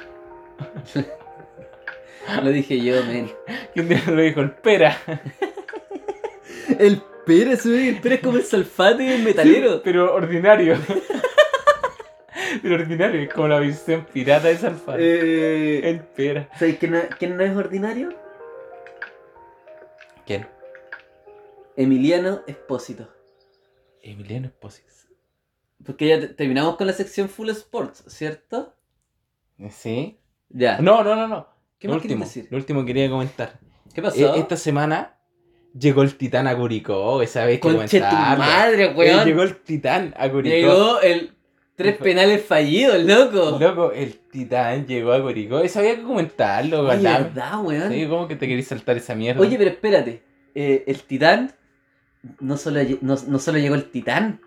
Speaker 2: lo dije yo, men.
Speaker 1: ¿Quién dijo- lo dijo? El pera.
Speaker 2: El Pera, el Pera es como el salfate el metalero.
Speaker 1: Pero ordinario. Pero ordinario. Es como la visión pirata de Salfate.
Speaker 2: Eh,
Speaker 1: El pera.
Speaker 2: ¿Sabes quién no, quién no es ordinario?
Speaker 1: ¿Quién?
Speaker 2: Emiliano Espósito.
Speaker 1: Emiliano Esposito.
Speaker 2: Porque ya te- terminamos con la sección Full Sports, ¿cierto?
Speaker 1: Eh, ¿Sí?
Speaker 2: Ya.
Speaker 1: No, no, no, no.
Speaker 2: Ah. ¿Qué
Speaker 1: lo
Speaker 2: más querías
Speaker 1: último,
Speaker 2: decir?
Speaker 1: Lo último que quería comentar.
Speaker 2: ¿Qué
Speaker 1: Eh,
Speaker 2: pasó?
Speaker 1: esta semana llegó el titán a Curicó. Esa vez que
Speaker 2: Conche tu
Speaker 1: comentarlo.
Speaker 2: madre,
Speaker 1: Eh,
Speaker 2: weón.
Speaker 1: llegó el titán a Curicó.
Speaker 2: Llegó el Tres penales fallidos, loco.
Speaker 1: Loco, el titán llegó a Curicó. Eso había que comentarlo,
Speaker 2: Oye,
Speaker 1: ¿verdad?
Speaker 2: verdad, weón.
Speaker 1: Sí, ¿Cómo que te querés saltar esa mierda?
Speaker 2: Oye, pero espérate. eh, el titán. No solo, lle- no, no solo llegó el titán.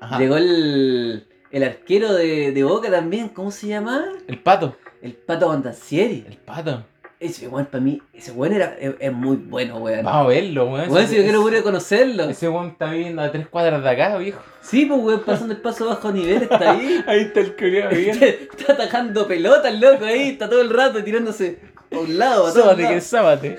Speaker 1: Ajá.
Speaker 2: Llegó el. El arquero de, de Boca también. ¿Cómo se llama?
Speaker 1: El pato.
Speaker 2: El Pato Bandancieri.
Speaker 1: El pato.
Speaker 2: Ese weón, para mí. Ese weón era, es, es muy bueno, weón.
Speaker 1: Vamos a verlo, weón.
Speaker 2: Weón,
Speaker 1: Ese-
Speaker 2: si yo quiero puro conocerlo.
Speaker 1: Ese weón está viendo a tres cuadras de acá, viejo.
Speaker 2: Sí, pues weón, pasando el paso bajo nivel, está ahí.
Speaker 1: Ahí está el culiado
Speaker 2: Está, está atajando pelotas, loco, ahí. Está todo el rato tirándose a un lado, a todos
Speaker 1: Sábate, que
Speaker 2: lados.
Speaker 1: sábate.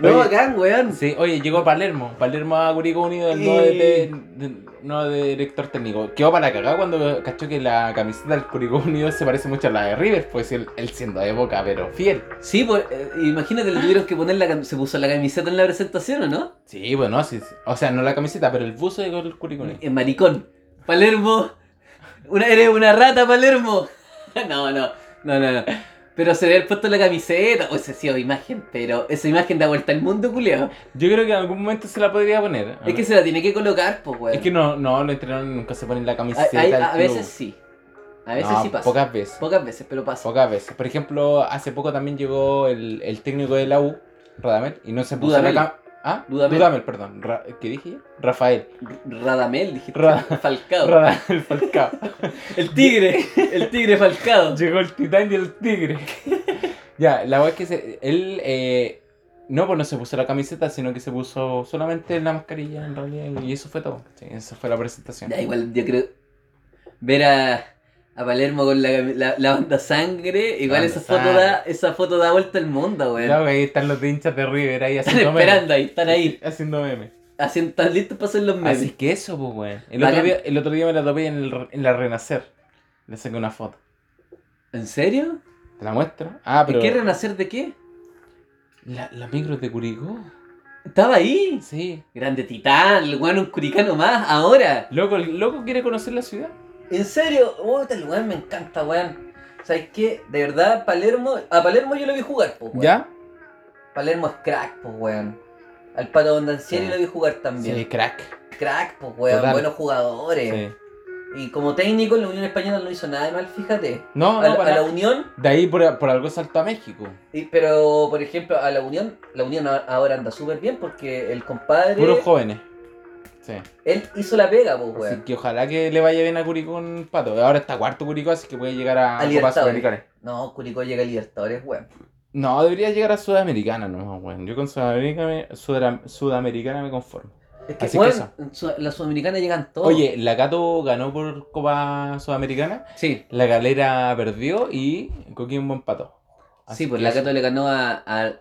Speaker 2: No,
Speaker 1: Oye,
Speaker 2: bacán, weón.
Speaker 1: Sí, oye, llegó Palermo. Palermo a Curicó Unido, el no, de, de- de- no de director técnico. Quedó para la cagada cuando cachó que la camiseta del Curicó Unido se parece mucho a la de River, pues él, él siendo de boca, pero fiel.
Speaker 2: Sí, pues, eh, imagínate, le tuvieron que poner la cam- se puso la camiseta en la presentación, ¿o no?
Speaker 1: Sí, bueno, sí, sí. o sea, no la camiseta, pero el buzo llegó el Curicó Unido.
Speaker 2: En maricón. Palermo. Una, eres una rata, Palermo. No, no, no, no, no. Pero se ve el puesto en la camiseta. O esa ha sido imagen, pero esa imagen da vuelta al mundo, culiao.
Speaker 1: Yo creo que en algún momento se la podría poner.
Speaker 2: Es que se la tiene que colocar, pues, weón.
Speaker 1: Es que no, no, los entrenadores nunca se ponen la
Speaker 2: a,
Speaker 1: camiseta.
Speaker 2: hay-
Speaker 1: del
Speaker 2: a
Speaker 1: club.
Speaker 2: veces sí. A veces
Speaker 1: No,
Speaker 2: sí pasa.
Speaker 1: Pocas veces.
Speaker 2: Pocas veces, pero pasa.
Speaker 1: Pocas veces. Por ejemplo, hace poco también llegó el, el técnico de la U, Radamel, y no se puso
Speaker 2: Dudamel.
Speaker 1: la cam- ¿Ah?
Speaker 2: Dudamel.
Speaker 1: perdón. Ra- ¿Qué dije? yo? Rafael.
Speaker 2: Radamel, dijiste.
Speaker 1: Ra-
Speaker 2: Falcao.
Speaker 1: Radamel Falcao.
Speaker 2: El tigre. El tigre Falcao.
Speaker 1: llegó el titán y el tigre. ya, la verdad es que se- él eh, no, pues no se puso la camiseta, sino que se puso solamente la mascarilla en realidad. Y eso fue todo. ¿cachai? esa fue la presentación.
Speaker 2: Ya, igual yo creo. Ver a, a Palermo con la, cami- la, la banda sangre, igual
Speaker 1: Banda
Speaker 2: esa foto
Speaker 1: sangre.
Speaker 2: da, esa foto da vuelta al mundo, weón.
Speaker 1: Claro que ahí están los de hinchas de River ahí
Speaker 2: están
Speaker 1: haciendo memes.
Speaker 2: esperando ahí, están ahí.
Speaker 1: Haciendo memes.
Speaker 2: Haciendo, están listos para hacer los memes.
Speaker 1: Así que eso, pues, weón. El,
Speaker 2: Bacán.
Speaker 1: otro día, el otro día me la topé en, el- en la Renacer. Le saqué una foto.
Speaker 2: ¿En serio?
Speaker 1: ¿Te la muestro? Ah,
Speaker 2: ¿De
Speaker 1: pero.
Speaker 2: qué renacer de qué?
Speaker 1: La, la micro de Curicó.
Speaker 2: Estaba ahí.
Speaker 1: Sí.
Speaker 2: Grande titán, el weón un curicano más, ahora.
Speaker 1: Loco, el loco quiere conocer la ciudad.
Speaker 2: ¿En serio? Oh, el weón me encanta, weón. ¿Sabes qué? De verdad, Palermo. A Palermo yo lo vi jugar, pues, weón.
Speaker 1: ¿Ya?
Speaker 2: Palermo es crack, pues, weón. Al Pato Bondancieri
Speaker 1: Sí.
Speaker 2: lo vi jugar también.
Speaker 1: Sí, crack.
Speaker 2: Crack, pues, weón.
Speaker 1: Total.
Speaker 2: Buenos jugadores.
Speaker 1: Sí.
Speaker 2: Y como técnico, la Unión Española no hizo nada de mal, fíjate.
Speaker 1: No,
Speaker 2: A,
Speaker 1: no,
Speaker 2: a
Speaker 1: para.
Speaker 2: la Unión,
Speaker 1: De ahí por, por algo saltó a México.
Speaker 2: y- pero por ejemplo, a la Unión, la Unión a- ahora anda súper bien porque el compadre,
Speaker 1: Puros jóvenes. Sí.
Speaker 2: él hizo la pega, pues,
Speaker 1: Así
Speaker 2: weón.
Speaker 1: que ojalá que le vaya bien a Curicó con Pato. Ahora está cuarto Curicó, así que puede llegar a,
Speaker 2: A
Speaker 1: Copa
Speaker 2: Libertadores.
Speaker 1: Sudamericana.
Speaker 2: No, Curicó llega a Libertadores, weón.
Speaker 1: No, debería llegar a Sudamericana nomás, weón. Yo con Sudamericana me, Sudam- Sudamericana me conformo.
Speaker 2: Es que,
Speaker 1: Así que
Speaker 2: weón,
Speaker 1: eso.
Speaker 2: en Su- la Sudamericana llegan todos.
Speaker 1: Oye, la Cato ganó por Copa Sudamericana,
Speaker 2: Sí,
Speaker 1: la Galera perdió y Coquimbo empató. Así
Speaker 2: sí, pues
Speaker 1: que
Speaker 2: la
Speaker 1: eso.
Speaker 2: Cato le ganó a, a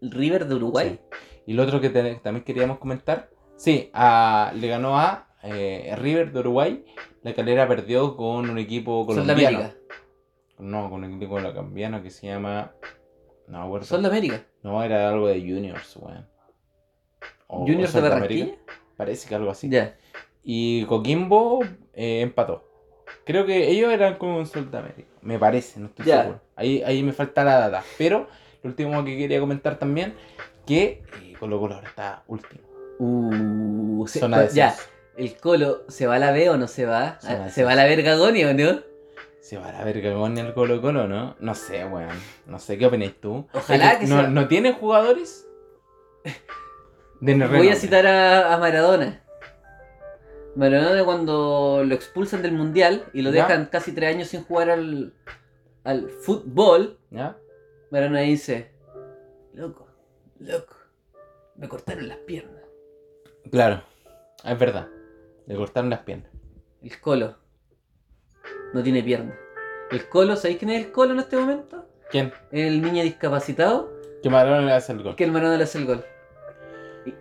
Speaker 2: River de Uruguay.
Speaker 1: Y lo otro que te- también queríamos comentar, sí, a- le ganó a eh, River de Uruguay, la Galera perdió con un equipo colombiano.
Speaker 2: Sudamérica.
Speaker 1: No, con un equipo colombiano que se llama... No, me acuerdo.
Speaker 2: Sudamérica.
Speaker 1: No, era algo de Juniors, weón. O- o
Speaker 2: Juniors de
Speaker 1: Sudamérica.
Speaker 2: Barranquilla.
Speaker 1: Parece que algo así.
Speaker 2: Ya.
Speaker 1: Y Coquimbo eh, empató. Creo que ellos eran con Sudamérica. Me parece, no estoy
Speaker 2: Ya.
Speaker 1: seguro. Ahí, ahí me falta la data. Pero lo último que quería comentar también, que eh, Colo Colo ahora está último.
Speaker 2: Uh, se-
Speaker 1: Zona de
Speaker 2: ya.
Speaker 1: descenso.
Speaker 2: El Colo, ¿se va a la B o no se va? Ah,
Speaker 1: Se va a
Speaker 2: ¿Se va a la verga Goni o no?
Speaker 1: Se va a la verga con el Colo Colo, ¿no? No sé, weón. No sé, ¿qué opináis tú?
Speaker 2: Ojalá
Speaker 1: Es
Speaker 2: que
Speaker 1: no,
Speaker 2: sea-
Speaker 1: ¿No tiene jugadores? De
Speaker 2: Voy
Speaker 1: renombre.
Speaker 2: a citar a, a Maradona. Maradona cuando lo expulsan del mundial y lo
Speaker 1: Ya.
Speaker 2: dejan casi tres años sin jugar al, al fútbol,
Speaker 1: ¿Ya?
Speaker 2: Maradona dice, loco, loco, me cortaron las piernas.
Speaker 1: Claro. Es verdad. Le cortaron las piernas.
Speaker 2: El colo no tiene piernas. El colo, ¿sabéis quién es el colo en este momento?
Speaker 1: ¿Quién?
Speaker 2: El niño discapacitado
Speaker 1: Que Maradona le hace el gol.
Speaker 2: que el Maradona le hace el gol.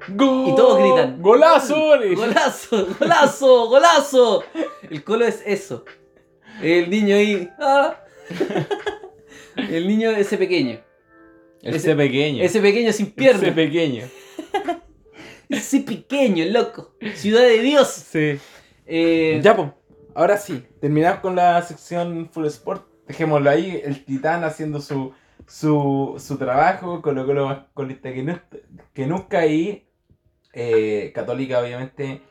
Speaker 1: ¡Gol!
Speaker 2: Y todos gritan.
Speaker 1: Oh, ¡Golazo!
Speaker 2: ¡Golazo! ¡Golazo! ¡Golazo! El colo es eso. El niño ahí. ¡ah! El niño ese pequeño.
Speaker 1: Ese pequeño.
Speaker 2: Ese pequeño sin piernas.
Speaker 1: Ese
Speaker 2: Ese,
Speaker 1: pequeño.
Speaker 2: pequeño, loco. Ciudad de Dios.
Speaker 1: Sí.
Speaker 2: Eh,
Speaker 1: Ya, po. Ahora sí, terminamos con la sección Full Sport. Dejémoslo ahí, el titán haciendo su, su, su trabajo, Colo Colo más colista que, nu- que nunca y eh, Católica obviamente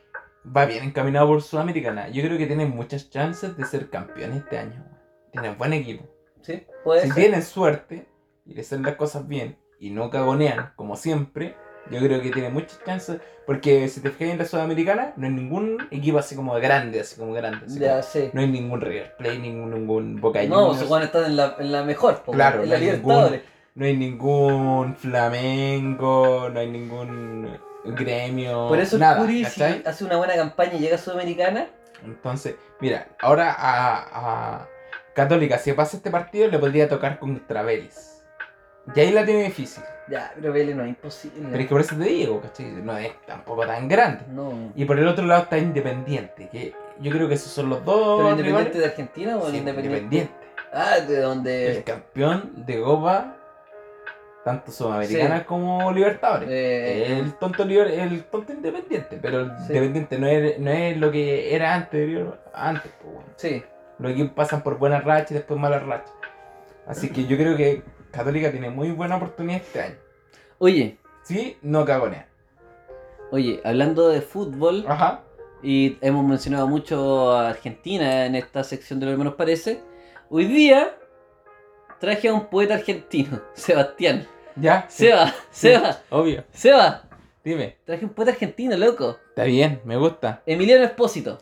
Speaker 1: va bien encaminado por Sudamericana. Yo creo que tienen muchas chances de ser campeón este año. Tienen buen equipo.
Speaker 2: Sí, puede
Speaker 1: Si
Speaker 2: ser.
Speaker 1: tienen suerte y le hacen las cosas bien y no cagonean como siempre, yo creo que tienen muchas chances. Porque si te fijas en la Sudamericana, no hay ningún equipo así como grande, así como grande. así
Speaker 2: Ya,
Speaker 1: como-
Speaker 2: sí.
Speaker 1: no hay ningún River Plate, ningún, ningún Boca
Speaker 2: No,
Speaker 1: Juniors,
Speaker 2: se van a estar en la, en la mejor, po,
Speaker 1: Claro, no
Speaker 2: en la
Speaker 1: hay
Speaker 2: Libertadores.
Speaker 1: no hay ningún Flamengo, no hay ningún gremio.
Speaker 2: Por eso
Speaker 1: nada,
Speaker 2: el Curi, si
Speaker 1: ¿cachai?
Speaker 2: hace una buena campaña y llega a Sudamericana,
Speaker 1: Entonces, mira, ahora a, a Católica, si pasa este partido, le podría tocar contra Vélez. Y ahí la tiene difícil.
Speaker 2: ya, pero Vélez no es imposible.
Speaker 1: Pero es que por eso te digo, ¿cachai? No es tampoco tan grande.
Speaker 2: No.
Speaker 1: Y por el otro lado está Independiente, que yo creo que esos son los dos.
Speaker 2: ¿Pero independiente
Speaker 1: rivales.
Speaker 2: de Argentina o
Speaker 1: Sí,
Speaker 2: independiente?
Speaker 1: Independiente.
Speaker 2: Ah, de donde.
Speaker 1: El campeón de Copa, tanto Sudamericana
Speaker 2: Sí.
Speaker 1: como Libertadores.
Speaker 2: eh,
Speaker 1: El tonto liber- el tonto independiente, pero el
Speaker 2: Sí.
Speaker 1: independiente no es, no es lo que era anterior, antes, pues bueno.
Speaker 2: Sí,
Speaker 1: Los equipos pasan por buenas rachas y después malas rachas. Así que yo creo que Católica tiene muy buena oportunidad este año.
Speaker 2: Oye,
Speaker 1: Sí, no cagonea.
Speaker 2: oye, hablando de fútbol,
Speaker 1: Ajá.
Speaker 2: y hemos mencionado mucho a Argentina en esta sección de lo que nos parece, hoy día traje a un poeta argentino, Sebastián.
Speaker 1: Ya. sí,
Speaker 2: Seba,
Speaker 1: sí,
Speaker 2: Seba,
Speaker 1: Obvio.
Speaker 2: Seba,
Speaker 1: Dime.
Speaker 2: traje un poeta argentino, loco.
Speaker 1: Está bien, me gusta.
Speaker 2: Emiliano Espósito.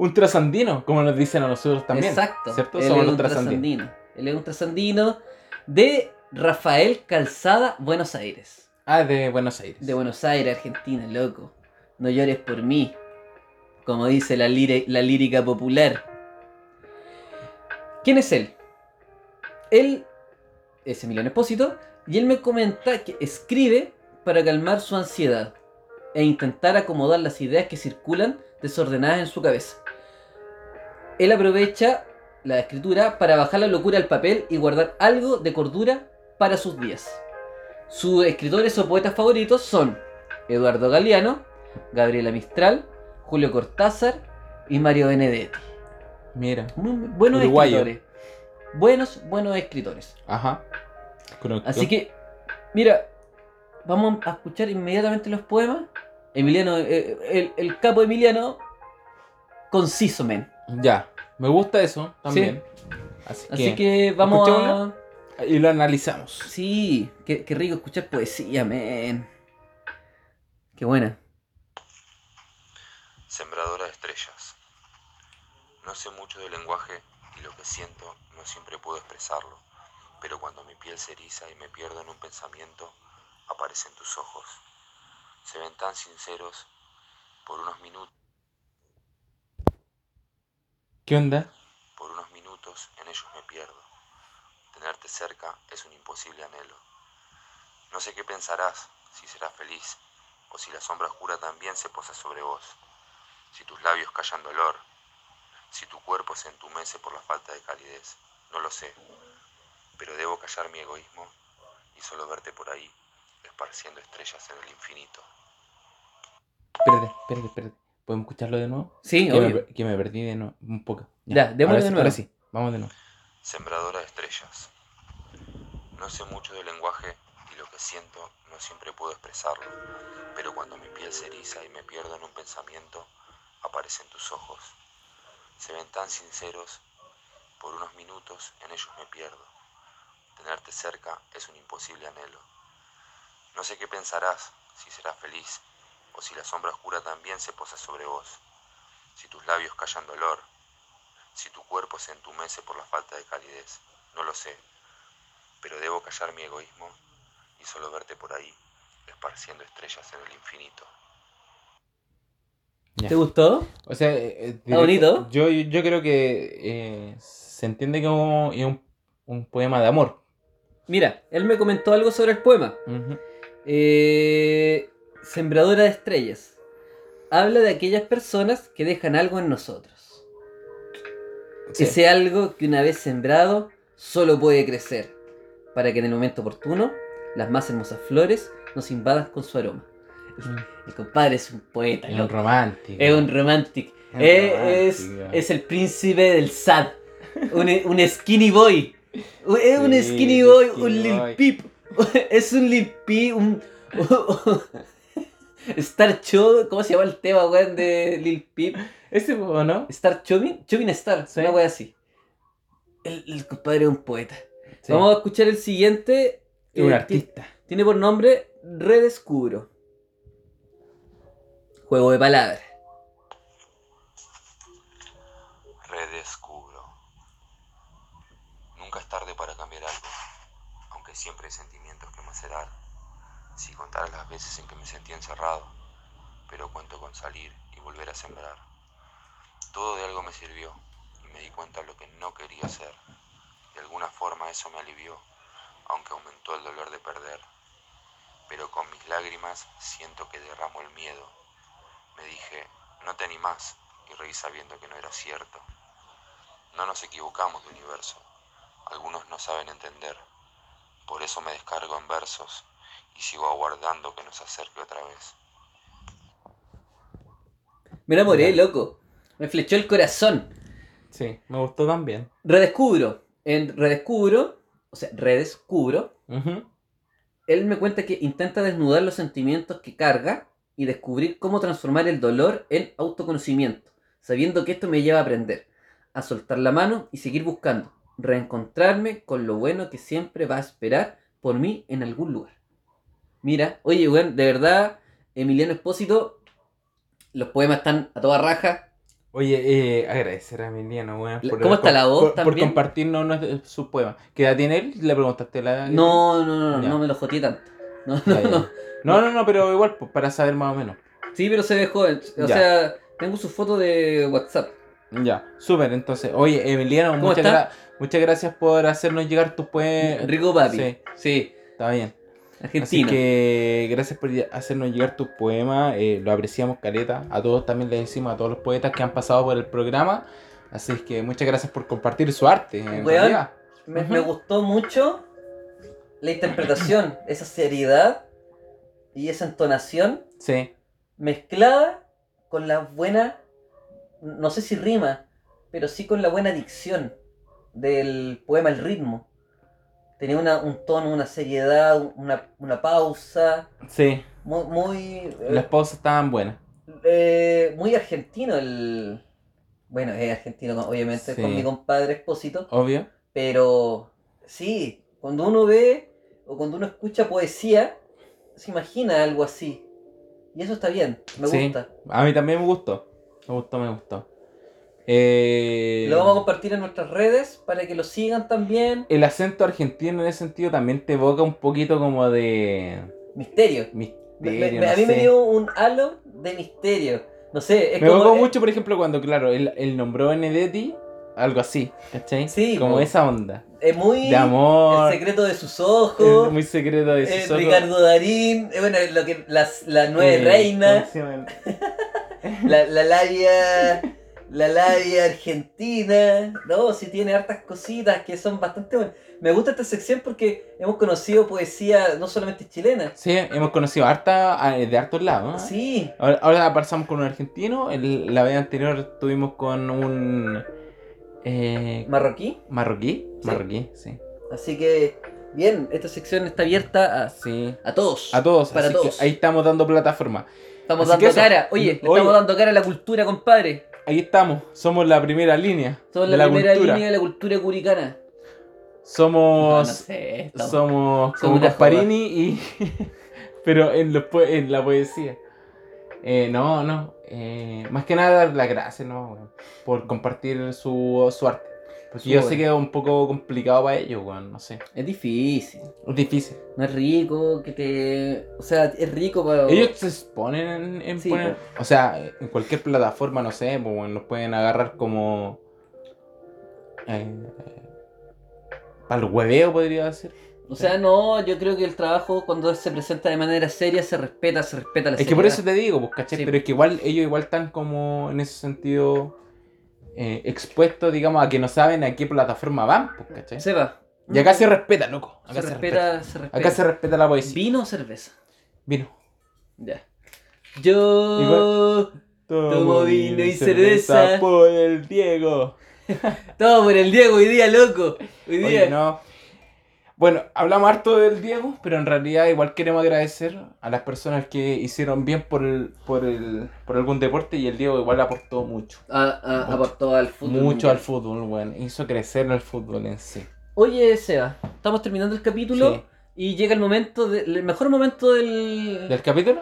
Speaker 1: Ultrasandino, como nos dicen a nosotros también.
Speaker 2: Exacto.
Speaker 1: ¿Cierto?
Speaker 2: Él
Speaker 1: Somos
Speaker 2: es
Speaker 1: los
Speaker 2: un
Speaker 1: ultrasandinos.
Speaker 2: trasandino. Él es un trasandino de Rafael Calzada, Buenos Aires.
Speaker 1: Ah, de Buenos Aires.
Speaker 2: De Buenos Aires, Argentina, loco. No llores por mí. Como dice la, lire- la lírica popular. ¿Quién es él? Él es Emiliano Espósito y él me comenta que escribe para calmar su ansiedad e intentar acomodar las ideas que circulan desordenadas en su cabeza. Él aprovecha la escritura para bajar la locura al papel y guardar algo de cordura para sus días. Sus escritores o poetas favoritos son Eduardo Galeano, Gabriela Mistral, Julio Cortázar y Mario Benedetti.
Speaker 1: Mira.
Speaker 2: Muy buenos
Speaker 1: Uruguayo.
Speaker 2: escritores. Buenos, buenos escritores.
Speaker 1: Ajá. Conozco.
Speaker 2: Así que, mira, vamos a escuchar inmediatamente los poemas. Emiliano, eh, el, el capo Emiliano, conciso, men.
Speaker 1: Ya. Me gusta eso también. Así,
Speaker 2: Así
Speaker 1: que...
Speaker 2: que vamos a...
Speaker 1: ¿Escuchémoslo? Y lo analizamos.
Speaker 2: Sí, qué, qué rico escuchar poesía, men. Qué buena.
Speaker 5: Sembradora de estrellas. No sé mucho del lenguaje y lo que siento no siempre puedo expresarlo, pero cuando mi piel se eriza y me pierdo en un pensamiento, aparecen tus ojos. Se ven tan sinceros por unos minutos,
Speaker 1: ¿Qué onda?
Speaker 5: por unos minutos en ellos me pierdo. Tenerte cerca es un imposible anhelo. No sé qué pensarás, si serás feliz o si la sombra oscura también se posa sobre vos, si tus labios callan dolor, si tu cuerpo se entumece por la falta de calidez, no lo sé, pero debo callar mi egoísmo y solo verte por ahí, esparciendo estrellas en el infinito.
Speaker 1: Espérate, espérate, espérate. ¿Podemos escucharlo de nuevo?
Speaker 2: Sí,
Speaker 1: Que me,
Speaker 2: obvio.
Speaker 1: per- que me perdí de nuevo un poco.
Speaker 2: Ya, démosle
Speaker 1: ahora
Speaker 2: de
Speaker 1: sí,
Speaker 2: nuevo.
Speaker 1: Ahora sí, vamos de nuevo.
Speaker 5: Sembradora de estrellas. No sé mucho del lenguaje y lo que siento no siempre puedo expresarlo, pero cuando mi piel se eriza y me pierdo en un pensamiento, aparecen tus ojos. Se ven tan sinceros, por unos minutos en ellos me pierdo. Tenerte cerca es un imposible anhelo. No sé qué pensarás, si serás feliz o si la sombra oscura también se posa sobre vos, si tus labios callan dolor, si tu cuerpo se entumece por la falta de calidez, no lo sé. Pero debo callar mi egoísmo y solo verte por ahí, esparciendo estrellas en el infinito.
Speaker 1: Ya.
Speaker 2: ¿Te gustó?
Speaker 1: O sea, eh, eh,
Speaker 2: Está bonito.
Speaker 1: Yo, yo creo que eh, se entiende como es un, un poema de amor.
Speaker 2: Mira, él me comentó algo sobre el poema.
Speaker 1: Ujú.
Speaker 2: Eh, Sembradora de estrellas. Habla de aquellas personas que dejan algo en nosotros.
Speaker 1: Sí.
Speaker 2: Ese algo que una vez sembrado solo puede crecer, para que en el momento oportuno las más hermosas flores nos invadan con su aroma.
Speaker 1: Mm,
Speaker 2: El compadre es un poeta,
Speaker 1: Es un
Speaker 2: loco.
Speaker 1: romántico.
Speaker 2: es un romántico.
Speaker 1: un
Speaker 2: Eh, es,
Speaker 1: romántico.
Speaker 2: es el príncipe del sad. Un, un skinny boy. Un- Es un
Speaker 1: Sí,
Speaker 2: skinny boy,
Speaker 1: skinny
Speaker 2: un lil
Speaker 1: boy.
Speaker 2: peep. Es un lil peep, un... Star Cho, ¿cómo se llama el tema, weón, de Lil Peep?
Speaker 1: Ese, po, ¿no?
Speaker 2: Star Chubin, Chubin Star,
Speaker 1: Sí.
Speaker 2: una wea así. El, el compadre es un poeta.
Speaker 1: Sí.
Speaker 2: Vamos a escuchar el siguiente.
Speaker 1: Es un
Speaker 2: eh,
Speaker 1: artista.
Speaker 2: ti- Tiene por nombre Redescubro. Juego de palabras.
Speaker 5: Redescubro. Nunca es tarde para cambiar algo, aunque siempre hay sentimientos que macerar. Si contara las veces en que me sentí encerrado, pero cuento con salir y volver a sembrar. Todo de algo me sirvió y me di cuenta de lo que no quería hacer. De alguna forma eso me alivió, aunque aumentó el dolor de perder. Pero con mis lágrimas siento que derramo el miedo. Me dije, no te animás y reí sabiendo que no era cierto. No nos equivocamos de universo. Algunos no saben entender. Por eso me descargo en versos y sigo aguardando que nos acerque otra vez.
Speaker 2: Me enamoré,
Speaker 1: Ya.
Speaker 2: loco. Me flechó el corazón.
Speaker 1: Sí, me gustó también.
Speaker 2: Redescubro. En Redescubro, o sea, Redescubro,
Speaker 1: Ujú.
Speaker 2: él me cuenta que intenta desnudar los sentimientos que carga y descubrir cómo transformar el dolor en autoconocimiento, sabiendo que esto me lleva a aprender, a soltar la mano y seguir buscando, reencontrarme con lo bueno que siempre va a esperar por mí en algún lugar. Mira, oye, weón, de verdad, Emiliano Espósito, los poemas están a toda raja.
Speaker 1: Oye, eh, agradecer a Emiliano, weón.
Speaker 2: Le- ¿cómo está la voz
Speaker 1: por- Por
Speaker 2: también?
Speaker 1: compartirnos nuestro- sus poemas. ¿Qué edad tiene él? ¿Le preguntaste la edad que
Speaker 2: No, no, no, no,
Speaker 1: Ah, Ya.
Speaker 2: no me lo joteé tanto. No,
Speaker 1: tiene?
Speaker 2: no,
Speaker 1: Ya, ya, ya. No,
Speaker 2: no.
Speaker 1: no, no, pero igual, pues, para saber más o menos.
Speaker 2: Sí, pero se ve joven. O
Speaker 1: Ya.
Speaker 2: sea, tengo su foto de WhatsApp.
Speaker 1: Ya, súper, entonces. Oye, Emiliano,
Speaker 2: ¿Cómo
Speaker 1: muchas,
Speaker 2: está?
Speaker 1: gra- muchas gracias por hacernos llegar tus poemas.
Speaker 2: Rico papi.
Speaker 1: Eh, Sí,
Speaker 2: sí.
Speaker 1: está bien. Así
Speaker 2: Argentina.
Speaker 1: que gracias por hacernos llegar tus poemas, eh, lo apreciamos Caleta, a todos también les decimos, a todos los poetas que han pasado por el programa, así es que muchas gracias por compartir su arte. en
Speaker 2: Weón.
Speaker 1: realidad.
Speaker 2: Me,
Speaker 1: Ujú.
Speaker 2: me gustó mucho la interpretación, esa seriedad y esa entonación
Speaker 1: Sí,
Speaker 2: mezclada con la buena, no sé si rima, pero sí con la buena dicción del poema El ritmo. Tenía una- un tono, una seriedad, una, una pausa,
Speaker 1: sí,
Speaker 2: muy, muy, eh,
Speaker 1: las pausas estaban buenas.
Speaker 2: eh, muy argentino el... Bueno, es argentino, obviamente,
Speaker 1: Sí.
Speaker 2: con mi compadre Expósito.
Speaker 1: Obvio.
Speaker 2: Pero sí, cuando uno ve o cuando uno escucha poesía, se imagina algo así. Y eso está bien, me
Speaker 1: Sí.
Speaker 2: gusta.
Speaker 1: A mí también me gustó. Me gustó, me gustó. Eh,
Speaker 2: Lo vamos a compartir en nuestras redes para que lo sigan también.
Speaker 1: el acento argentino en ese sentido también te evoca un poquito como de
Speaker 2: Misterio. Me- me-
Speaker 1: misterio.
Speaker 2: me-
Speaker 1: no
Speaker 2: a mí me
Speaker 1: sé.
Speaker 2: dio un halo de misterio. No sé, es
Speaker 1: Me
Speaker 2: como.
Speaker 1: evocó
Speaker 2: eh,
Speaker 1: mucho, por ejemplo, cuando, claro, él, él nombró a Benedetti, algo así, ¿cachai?
Speaker 2: Sí,
Speaker 1: Como
Speaker 2: po.
Speaker 1: esa onda.
Speaker 2: Es muy.
Speaker 1: De amor,
Speaker 2: El secreto de sus ojos.
Speaker 1: el muy secreto de
Speaker 2: eh,
Speaker 1: sus ojos.
Speaker 2: Ricardo Darín. eh, bueno, lo que, las, las nueve
Speaker 1: Eh,
Speaker 2: reinas.
Speaker 1: ¿cómo se llama?
Speaker 2: La, la labia. La labia argentina. No, sí tiene hartas cositas que son bastante buenas. Me gusta esta sección porque hemos conocido poesía no solamente chilena.
Speaker 1: Sí, hemos conocido harta, a- de hartos lados. ¿no?
Speaker 2: Sí.
Speaker 1: Ahora, ahora pasamos con un argentino. el- la vez anterior tuvimos con un eh,
Speaker 2: Marroquí.
Speaker 1: marroquí.
Speaker 2: Sí.
Speaker 1: Marroquí, sí.
Speaker 2: Así que, bien, esta sección está abierta a,
Speaker 1: Sí.
Speaker 2: a todos.
Speaker 1: A todos,
Speaker 2: Ah, Para
Speaker 1: así
Speaker 2: todos.
Speaker 1: que ahí estamos dando plataforma.
Speaker 2: estamos
Speaker 1: así que
Speaker 2: dando
Speaker 1: eso.
Speaker 2: cara. Oye, le
Speaker 1: Oye.
Speaker 2: estamos dando cara a la cultura, compadre.
Speaker 1: Ahí estamos, somos la primera línea
Speaker 2: Somos
Speaker 1: de
Speaker 2: la,
Speaker 1: la
Speaker 2: primera
Speaker 1: cultura.
Speaker 2: línea de la cultura curicana. No, no
Speaker 1: Somos
Speaker 2: sé,
Speaker 1: Somos
Speaker 2: estamos- somos
Speaker 1: como
Speaker 2: una
Speaker 1: Gasparini y. Pero en, los po- en la poesía. Eh, no, no. eh, más que nada dar las gracias, ¿no? weón, por compartir su, su arte. Porque
Speaker 2: Su
Speaker 1: yo
Speaker 2: obra.
Speaker 1: sé que es un poco complicado para ellos, weón, no sé.
Speaker 2: Pues Es difícil.
Speaker 1: Es difícil.
Speaker 2: No es rico que te. O sea, es rico para.
Speaker 1: Ellos se exponen en, en
Speaker 2: Sí,
Speaker 1: poner- O sea, en cualquier plataforma, no sé, pues, weón, nos pueden agarrar como. para el hueveo, podría decir.
Speaker 2: O sea, no, yo creo que el trabajo cuando se presenta de manera seria se respeta, se respeta la
Speaker 1: Es que por eso
Speaker 2: seriedad.
Speaker 1: te digo, pues, ¿cachai?
Speaker 2: Sí.
Speaker 1: Pero es que igual ellos igual están como en ese sentido eh, expuestos, digamos, a que no saben a qué plataforma van, pues, ¿cachai?
Speaker 2: Sepa.
Speaker 1: Y acá se respeta, loco.
Speaker 2: Se
Speaker 1: Acá se, respeta.
Speaker 2: respeta, se respeta.
Speaker 1: Acá se respeta la poesía.
Speaker 2: ¿Vino o cerveza?
Speaker 1: Vino.
Speaker 2: Ya. Yo. Tomo vino y cerveza.
Speaker 1: por el Diego.
Speaker 2: Todo por el Diego hoy día, loco. Hoy día.
Speaker 1: Oye, no. Bueno, hablamos harto del Diego, pero en realidad igual queremos agradecer a las personas que hicieron bien por el, por el, por algún deporte y el Diego igual aportó mucho.
Speaker 2: A- a-
Speaker 1: Mucho.
Speaker 2: aportó al fútbol.
Speaker 1: Mucho al
Speaker 2: mundial.
Speaker 1: fútbol, weón. Hizo crecer el fútbol en sí.
Speaker 2: Oye, Seba, estamos terminando el capítulo
Speaker 1: Sí.
Speaker 2: y llega el momento, de- el mejor momento del,
Speaker 1: ¿Del capítulo?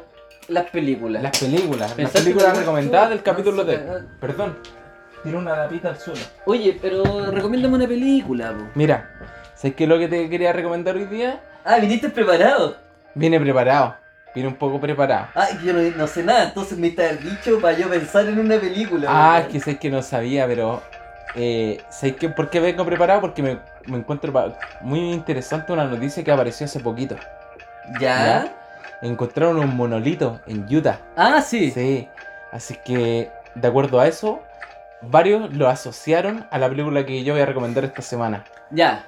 Speaker 2: las películas.
Speaker 1: Las películas. Las
Speaker 2: Pensaste
Speaker 1: películas
Speaker 2: que-
Speaker 1: recomendadas del capítulo de...
Speaker 2: Ah,
Speaker 1: Perdón. Tira una lapita al suelo.
Speaker 2: Oye, pero recomiéndame una película, po.
Speaker 1: Mira, ¿sabes qué es lo que te quería recomendar hoy día?
Speaker 2: Ah, viniste preparado.
Speaker 1: Viene preparado. Viene un poco preparado.
Speaker 2: Ah, yo no, no sé nada, entonces me está el dicho para yo pensar en una película.
Speaker 1: Ah,
Speaker 2: weón.
Speaker 1: es que sé que no sabía, pero. Eh, ¿sabes qué? ¿Por qué vengo preparado? Porque me, me encuentro pa- muy interesante una noticia que apareció hace poquito.
Speaker 2: ¿Ya?
Speaker 1: Encontraron un monolito en Utah.
Speaker 2: Ah, sí.
Speaker 1: Sí. Así que, de acuerdo a eso, varios lo asociaron a la película que yo voy a recomendar esta semana.
Speaker 2: Ya.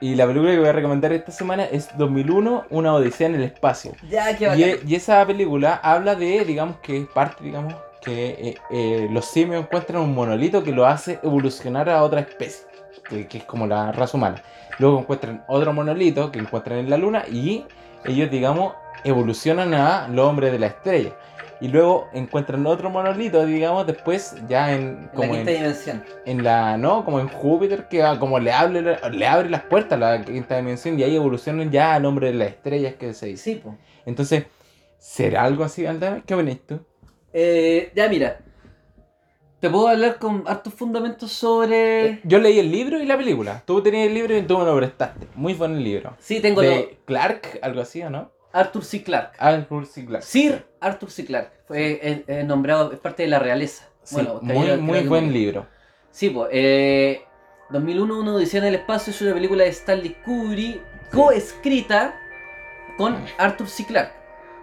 Speaker 1: Y la película que voy a recomendar esta semana es 2001, Una Odisea en el Espacio.
Speaker 2: Ya, qué
Speaker 1: Y,
Speaker 2: bacán.
Speaker 1: e- y esa película habla de, digamos que es parte, digamos, que eh, eh, los simios encuentran un monolito que lo hace evolucionar a otra especie, que, que es como la raza humana. Luego encuentran otro monolito que encuentran en la luna y ellos, digamos, evolucionan a los hombres de la estrella. Y luego encuentran otro monolito, digamos, después ya en...
Speaker 2: En la
Speaker 1: Como
Speaker 2: quinta
Speaker 1: en,
Speaker 2: dimensión.
Speaker 1: en la no como en Júpiter que ah, como le abre le abre las puertas a la quinta dimensión y ahí evolucionan ya al hombre de las estrellas que se dice
Speaker 2: Sí, po.
Speaker 1: entonces, ¿será algo así, Aldame? ¿Qué opinas tú?
Speaker 2: Eh, ya, mira. Te puedo hablar con hartos fundamentos sobre.
Speaker 1: Yo leí el libro y la película. Tú tenías el libro y tú me lo prestaste. Muy buen libro.
Speaker 2: Sí, tengo
Speaker 1: de Clark, algo así, ¿o no?
Speaker 2: lo- Arthur C. Clarke.
Speaker 1: Arthur C. Clarke.
Speaker 2: Sir Arthur C. Clarke. Fue eh, eh, nombrado, es parte de la realeza.
Speaker 1: Sí,
Speaker 2: bueno,
Speaker 1: muy, muy buen
Speaker 2: libro.
Speaker 1: libro.
Speaker 2: Sí, pues. Eh, 2001, una odisea en el espacio es una película de Stanley Kubrick coescrita con Arthur C. Clarke.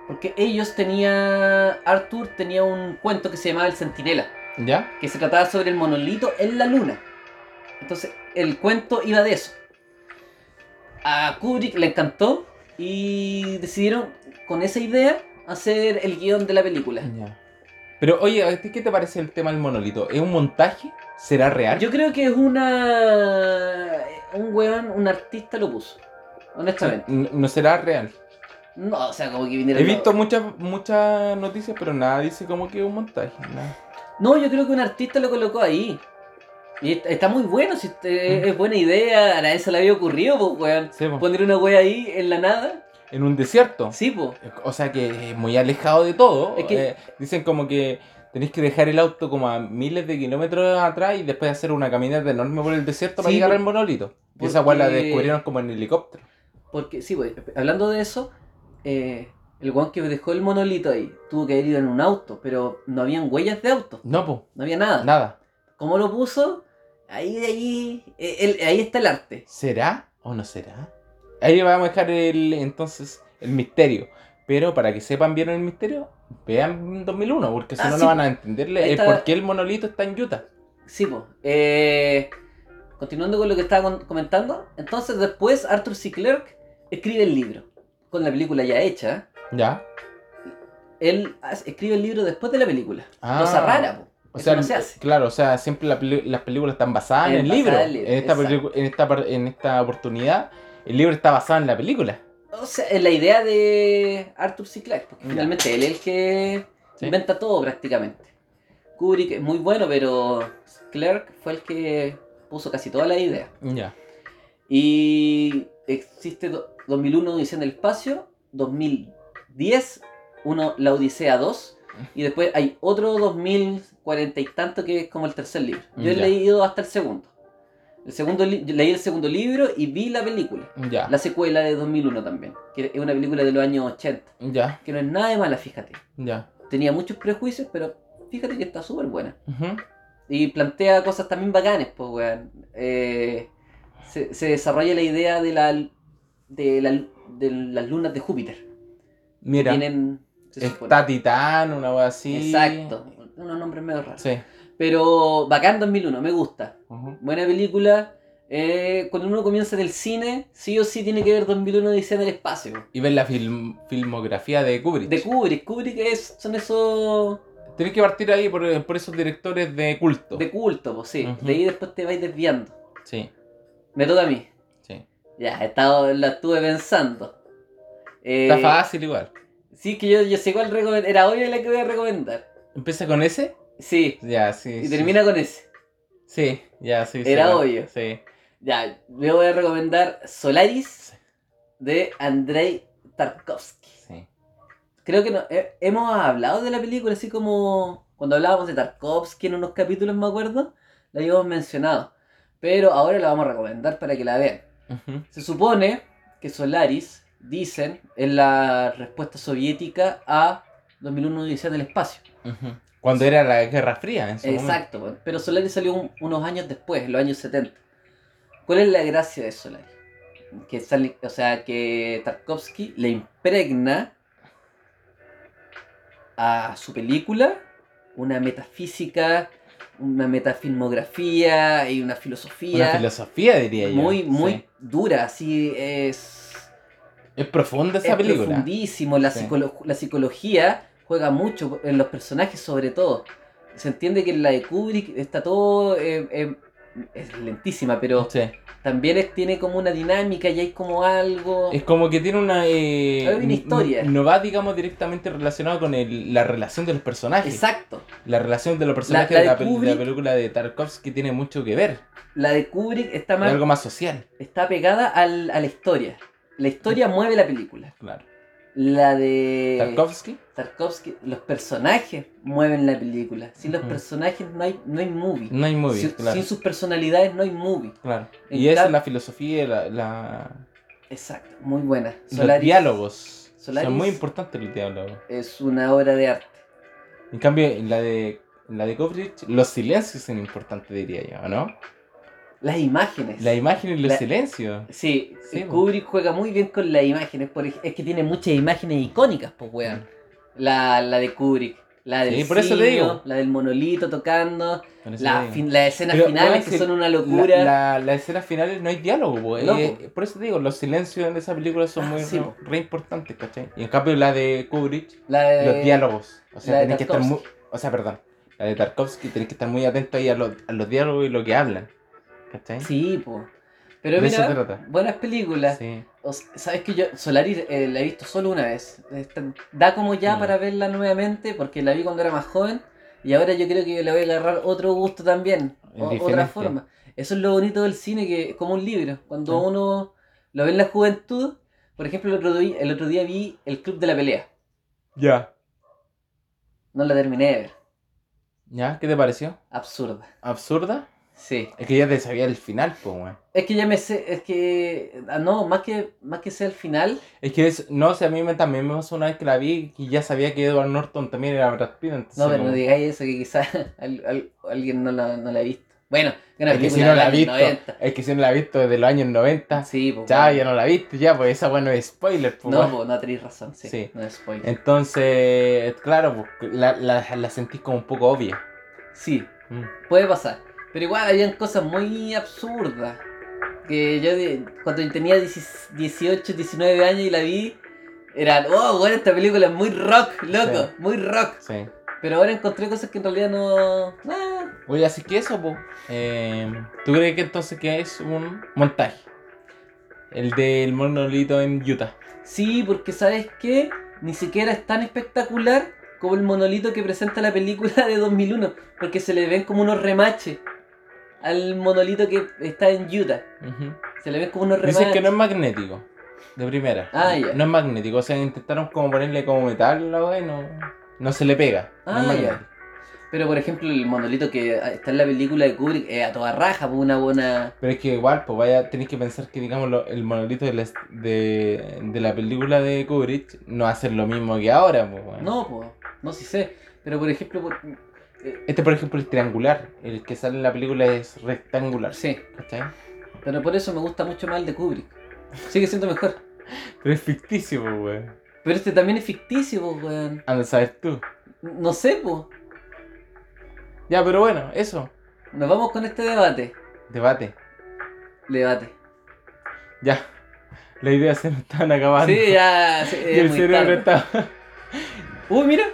Speaker 2: Porque ellos tenía Arthur tenía un cuento que se llamaba El Centinela,
Speaker 1: ¿Ya?
Speaker 2: que se trataba sobre el monolito en la luna. Entonces, el cuento iba de eso. A Kubrick le encantó y decidieron con esa idea hacer el guión de la película.
Speaker 1: Ya. Pero oye, ¿a ti ¿qué te parece el tema del monolito? ¿Es un montaje? ¿Será real?
Speaker 2: Yo creo que es una. Un weón, un artista lo puso. Honestamente.
Speaker 1: N- No será real.
Speaker 2: No, o sea, como que viniera.
Speaker 1: He visto muchas muchas noticias, pero nada dice como que es un montaje. nada.
Speaker 2: No, yo creo que un artista lo colocó ahí. Y est- está muy bueno, si
Speaker 1: Mm.
Speaker 2: este- es buena idea. A nadie se le había ocurrido, pues, weón.
Speaker 1: Sí, po.
Speaker 2: Poner una wea ahí en la nada.
Speaker 1: En un desierto.
Speaker 2: Sí, pues.
Speaker 1: O sea que es muy alejado de todo.
Speaker 2: Es que-
Speaker 1: Eh, dicen como que tenéis que dejar el auto como a miles de kilómetros atrás y después hacer una caminata enorme por el desierto para
Speaker 2: Sí,
Speaker 1: llegar
Speaker 2: por-
Speaker 1: al monolito. Y esa guay la
Speaker 2: porque-
Speaker 1: descubrieron como en helicóptero.
Speaker 2: Porque, sí, pues, hablando de eso, eh, el weón que dejó el monolito ahí tuvo que haber ido en un auto, pero no habían huellas de auto.
Speaker 1: No, pues,
Speaker 2: No había nada.
Speaker 1: nada.
Speaker 2: ¿Cómo lo puso? Ahí, ahí. eh, el- ahí está el arte.
Speaker 1: ¿Será o no será? Ahí vamos a dejar el entonces el misterio. Pero para que sepan bien el misterio, vean 2001, porque si
Speaker 2: Ah,
Speaker 1: no,
Speaker 2: sí.
Speaker 1: no van a entenderle el
Speaker 2: Esta-
Speaker 1: por qué el monolito está en Utah.
Speaker 2: Sí, pues. continuando con lo que estaba con- comentando, entonces después Arthur C. Clarke escribe el libro, con la película ya hecha.
Speaker 1: ¿Ya?
Speaker 2: Él hace- escribe el libro después de la película.
Speaker 1: Ah.
Speaker 2: Cosa rara, po.
Speaker 1: O
Speaker 2: Eso
Speaker 1: sea,
Speaker 2: no se hace.
Speaker 1: claro, o sea, siempre la peli- las películas están basadas en,
Speaker 2: Eh,
Speaker 1: el
Speaker 2: basada
Speaker 1: libro.
Speaker 2: en el libro,
Speaker 1: en, esta
Speaker 2: exacto.
Speaker 1: pelicu- en, esta, par- en esta oportunidad, el libro está basado en la película.
Speaker 2: O sea, es la idea de Arthur C. Clarke, porque
Speaker 1: Ya.
Speaker 2: finalmente él es el que
Speaker 1: Sí.
Speaker 2: inventa todo prácticamente. Kubrick es muy bueno, pero Clarke fue el que puso casi toda la idea.
Speaker 1: Ya.
Speaker 2: Y existe do- 2001 Odisea en el espacio, 2010 uno, La Odisea 2 y después hay otro 2040 y tanto que es como el tercer libro. Yo he
Speaker 1: Ya.
Speaker 2: leído hasta el segundo. El segundo li- yo leí el segundo libro y vi la película.
Speaker 1: Ya.
Speaker 2: La secuela de 2001 también, que es una película de los años 80,
Speaker 1: Ya.
Speaker 2: que no es nada de mala, fíjate.
Speaker 1: Ya.
Speaker 2: Tenía muchos prejuicios, pero fíjate que está súper buena.
Speaker 1: Ujú.
Speaker 2: Y plantea cosas también bacanes, pues, weón. Eh, se, se desarrolla la idea de, la, de, la, de las lunas de Júpiter.
Speaker 1: Mira,
Speaker 2: Tienen. se supone.
Speaker 1: está Titán, una cosa así.
Speaker 2: Exacto. Unos nombres medio raros.
Speaker 1: Sí.
Speaker 2: Pero bacán 2001, me gusta.
Speaker 1: Ujú.
Speaker 2: Buena película. Eh, cuando uno comienza en el cine, sí o sí tiene que ver 2001 Odisea en el espacio.
Speaker 1: Y ves la film- filmografía de Kubrick.
Speaker 2: De Kubrick, Kubrick es, son esos
Speaker 1: Tenés que partir ahí por, por esos directores de culto.
Speaker 2: de culto, pues sí.
Speaker 1: Oh. Ujú.
Speaker 2: De ahí después te vais desviando.
Speaker 1: Sí,
Speaker 2: Me toca a mí.
Speaker 1: sí.
Speaker 2: Ya, he estado, la estuve pensando. Eh,
Speaker 1: Está fácil igual.
Speaker 2: Sí, que yo, yo sé cuál recomendar. Era obvio la que voy a recomendar.
Speaker 1: ¿Empieza con ese?
Speaker 2: Sí,
Speaker 1: Ya, sí.
Speaker 2: y
Speaker 1: sí.
Speaker 2: termina con ese.
Speaker 1: Sí, ya, sí. sí,
Speaker 2: Era
Speaker 1: va.
Speaker 2: obvio.
Speaker 1: Sí.
Speaker 2: Ya, yo voy a recomendar Solaris de Andrei Tarkovsky.
Speaker 1: sí.
Speaker 2: Creo que no, he- hemos hablado de la película, así como cuando hablábamos de Tarkovsky en unos capítulos, me acuerdo, la habíamos mencionado. Pero ahora la vamos a recomendar para que la vean.
Speaker 1: Ujú.
Speaker 2: Se supone que Solaris, dicen, es la respuesta soviética a 2001 Odisea del Espacio.
Speaker 1: Ujú. Cuando era la Guerra Fría, en su momento.
Speaker 2: Exacto, weón. pero Solaris salió un- unos años después, en los años 70. ¿Cuál es la gracia de Solaris? Que sale, o sea, que Tarkovsky le impregna a su película una metafísica, una metafilmografía y una filosofía,
Speaker 1: Una filosofía, diría yo.
Speaker 2: muy, muy
Speaker 1: Sí.
Speaker 2: dura, así es
Speaker 1: Es profunda esa
Speaker 2: es
Speaker 1: película.
Speaker 2: profundísimo. La,
Speaker 1: Sí.
Speaker 2: psicolo- la psicología juega mucho en los personajes, sobre todo. Se entiende que en la de Kubrick está todo. eh, eh, es lentísima, pero
Speaker 1: Sí.
Speaker 2: también es- tiene como una dinámica y hay como algo.
Speaker 1: Es como que tiene una. eh,
Speaker 2: Hay una historia.
Speaker 1: n- No va, digamos, directamente relacionado con el- la relación de los personajes.
Speaker 2: Exacto.
Speaker 1: La relación de los personajes
Speaker 2: la
Speaker 1: de, la
Speaker 2: de
Speaker 1: pel- de la
Speaker 2: Kubrick-
Speaker 1: película de Tarkovsky tiene mucho que ver.
Speaker 2: La de Kubrick está,
Speaker 1: Es
Speaker 2: más,
Speaker 1: algo más social.
Speaker 2: está pegada al- a la historia. La historia mueve la película.
Speaker 1: Claro.
Speaker 2: La de
Speaker 1: Tarkovsky.
Speaker 2: Tarkovsky, los personajes mueven la película. Sin los
Speaker 1: Ujú.
Speaker 2: personajes no hay, no hay movie.
Speaker 1: No hay movie.
Speaker 2: sin,
Speaker 1: claro.
Speaker 2: sin sus personalidades no hay movie.
Speaker 1: claro.
Speaker 2: en
Speaker 1: Y esa
Speaker 2: cam-
Speaker 1: es la filosofía, la, la-
Speaker 2: Exacto, muy buena.
Speaker 1: los
Speaker 2: Solaris
Speaker 1: diálogos.
Speaker 2: Solaris-
Speaker 1: Son muy importantes los diálogos.
Speaker 2: es una obra de arte.
Speaker 1: En cambio, en la de, en la de Kubrick, los silencios son importantes, diría yo, ¿no?
Speaker 2: Las imágenes.
Speaker 1: La imagen y los
Speaker 2: La-
Speaker 1: silencios.
Speaker 2: Sí, eh,
Speaker 1: Sí, pues.
Speaker 2: Kubrick juega muy bien con las imágenes. por ej- es que tiene muchas imágenes icónicas, pues, weón. La, la de Kubrick. La del
Speaker 1: Sí, por eso te
Speaker 2: simio,
Speaker 1: digo.
Speaker 2: La del monolito tocando.
Speaker 1: Por eso
Speaker 2: La,
Speaker 1: digo.
Speaker 2: fin- las escenas
Speaker 1: Pero,
Speaker 2: finales
Speaker 1: weón,
Speaker 2: que
Speaker 1: si
Speaker 2: son una
Speaker 1: La-
Speaker 2: locura.
Speaker 1: la- Las escenas finales no hay diálogo, po,
Speaker 2: No,
Speaker 1: eh,
Speaker 2: po.
Speaker 1: por eso te digo, los silencios en esa película son
Speaker 2: Ah,
Speaker 1: muy
Speaker 2: sí,
Speaker 1: re,
Speaker 2: po.
Speaker 1: re importantes, ¿cachai? Y en cambio la de Kubrick,
Speaker 2: La de-
Speaker 1: los diálogos. O sea,
Speaker 2: la de
Speaker 1: tenés que estar muy.
Speaker 2: Tarkovsky.
Speaker 1: O sea, perdón. La de Tarkovsky tenés que estar muy atento ahí a los, a los diálogos y lo que hablan. ¿Cachai?
Speaker 2: Sí, pues. Pero
Speaker 1: ¿eh? De eso
Speaker 2: mira,
Speaker 1: trata.
Speaker 2: buenas películas.
Speaker 1: Sí.
Speaker 2: O s- Sabes que yo Solaris eh, la he visto solo una vez. Esta- Da como ya
Speaker 1: Mm.
Speaker 2: para verla nuevamente porque la vi cuando era más joven y ahora yo creo que le voy a agarrar otro gusto también,
Speaker 1: Es
Speaker 2: o- otra
Speaker 1: diferente.
Speaker 2: forma. Eso es lo bonito del cine que es como un libro. Cuando
Speaker 1: Ah.
Speaker 2: uno lo ve en la juventud, por ejemplo, el otro, día, el otro día vi El Club de la Pelea.
Speaker 1: Ya.
Speaker 2: No la terminé de ver.
Speaker 1: ¿Ya? ¿Qué te pareció?
Speaker 2: Absurda.
Speaker 1: ¿Absurda?
Speaker 2: Sí.
Speaker 1: Es que ya te sabía el final, pues, weón.
Speaker 2: Es que ya me sé, es que ah, no, más que más que sea el final,
Speaker 1: Es que es, no sé, a mí me, también me pasó una vez que la vi y ya sabía que Edward Norton también era Brad Pitt. entonces
Speaker 2: No, pero
Speaker 1: como-
Speaker 2: no digáis eso, que quizás al- al- alguien no la, no la ha visto. Bueno, que una
Speaker 1: Es que si
Speaker 2: película
Speaker 1: no la ha
Speaker 2: del
Speaker 1: visto,
Speaker 2: año 90.
Speaker 1: es que si no la ha visto desde los años 90,
Speaker 2: Sí, pues.
Speaker 1: ya,
Speaker 2: bueno.
Speaker 1: ya no la viste, ya, pues esa bueno es spoiler, pues.
Speaker 2: No,
Speaker 1: bueno.
Speaker 2: pues, no tenéis razón, sí.
Speaker 1: Sí.
Speaker 2: No es spoiler.
Speaker 1: Entonces, claro, pues, la, la, la sentís como un poco obvia.
Speaker 2: Sí,
Speaker 1: Mm.
Speaker 2: puede pasar. Pero igual habían cosas muy absurdas. Que yo de- cuando tenía 10 18, 19 años y la vi, eran, oh, bueno, esta película es muy rock, loco,
Speaker 1: Sí.
Speaker 2: muy rock.
Speaker 1: Sí.
Speaker 2: Pero ahora encontré cosas que en realidad no... ah,
Speaker 1: Oye, así que eso, pues. ¿Tú crees que entonces que es un montaje? El del monolito en Utah.
Speaker 2: Sí, porque sabes qué, ni siquiera es tan espectacular como el monolito que presenta la película de 2001, porque se le ven como unos remaches al monolito que está en Utah.
Speaker 1: Ujú.
Speaker 2: Se le ven como unos remaches.
Speaker 1: Dicen que no es magnético, de primera.
Speaker 2: Ah, ya.
Speaker 1: No es magnético, o sea, intentaron como ponerle como metal la wea y no, no se le pega. No es
Speaker 2: Ah, ya.
Speaker 1: magnético.
Speaker 2: Pero por ejemplo, el monolito que está en la película de Kubrick es a toda raja, pues una buena.
Speaker 1: Pero es que igual, pues vaya, tenéis que pensar que, digamos, lo- el monolito de la, est- de, de la película de Kubrick no va a ser lo mismo que ahora, pues, bueno.
Speaker 2: No, pues, no si sé. Pero por ejemplo, por- eh,
Speaker 1: Este, por ejemplo, es triangular. El que sale en la película es rectangular,
Speaker 2: sí,
Speaker 1: ¿cachai?
Speaker 2: pero por eso me gusta mucho más el de Kubrick. Sigue siendo mejor.
Speaker 1: Pero es ficticio, pues, weón.
Speaker 2: Pero este también es ficticio, pues, weón.
Speaker 1: Anda a saber Ah, tú.
Speaker 2: No sé, pues.
Speaker 1: Ya, pero bueno, eso.
Speaker 2: Nos vamos con este debate.
Speaker 1: Debate.
Speaker 2: Debate.
Speaker 1: Ya. La idea se nos están acabando.
Speaker 2: Sí, ya. sí,
Speaker 1: Y
Speaker 2: es
Speaker 1: el
Speaker 2: muy
Speaker 1: cerebro
Speaker 2: tarde.
Speaker 1: está...
Speaker 2: Uy, mira.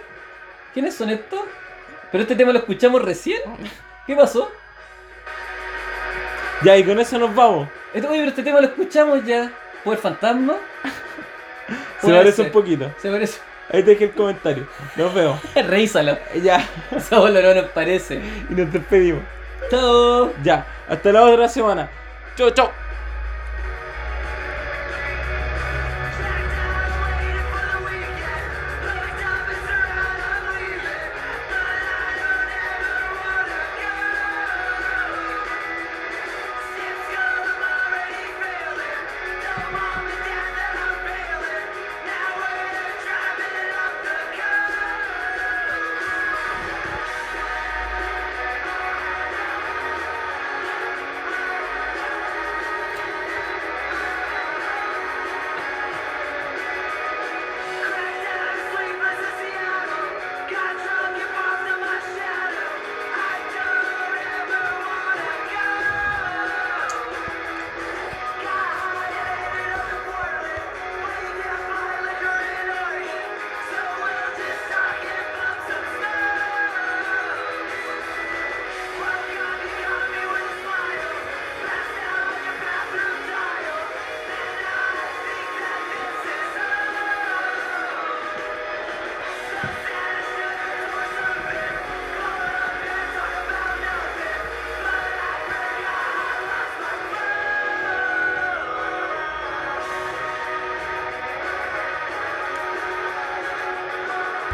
Speaker 2: ¿Quiénes son estos? Pero este tema lo escuchamos recién. ¿Qué pasó?
Speaker 1: Ya, y con eso nos vamos.
Speaker 2: Este- Oye, pero este tema lo escuchamos ya. ¿Por el fantasma?
Speaker 1: Se
Speaker 2: Puede
Speaker 1: parece
Speaker 2: ser.
Speaker 1: un poquito.
Speaker 2: Se parece.
Speaker 1: Ahí te dejé el comentario. Nos vemos.
Speaker 2: Reísalo.
Speaker 1: Ya.
Speaker 2: Eso no nos parece.
Speaker 1: Y nos despedimos.
Speaker 2: Chao.
Speaker 1: Ya. Hasta la otra semana. Chau, chau.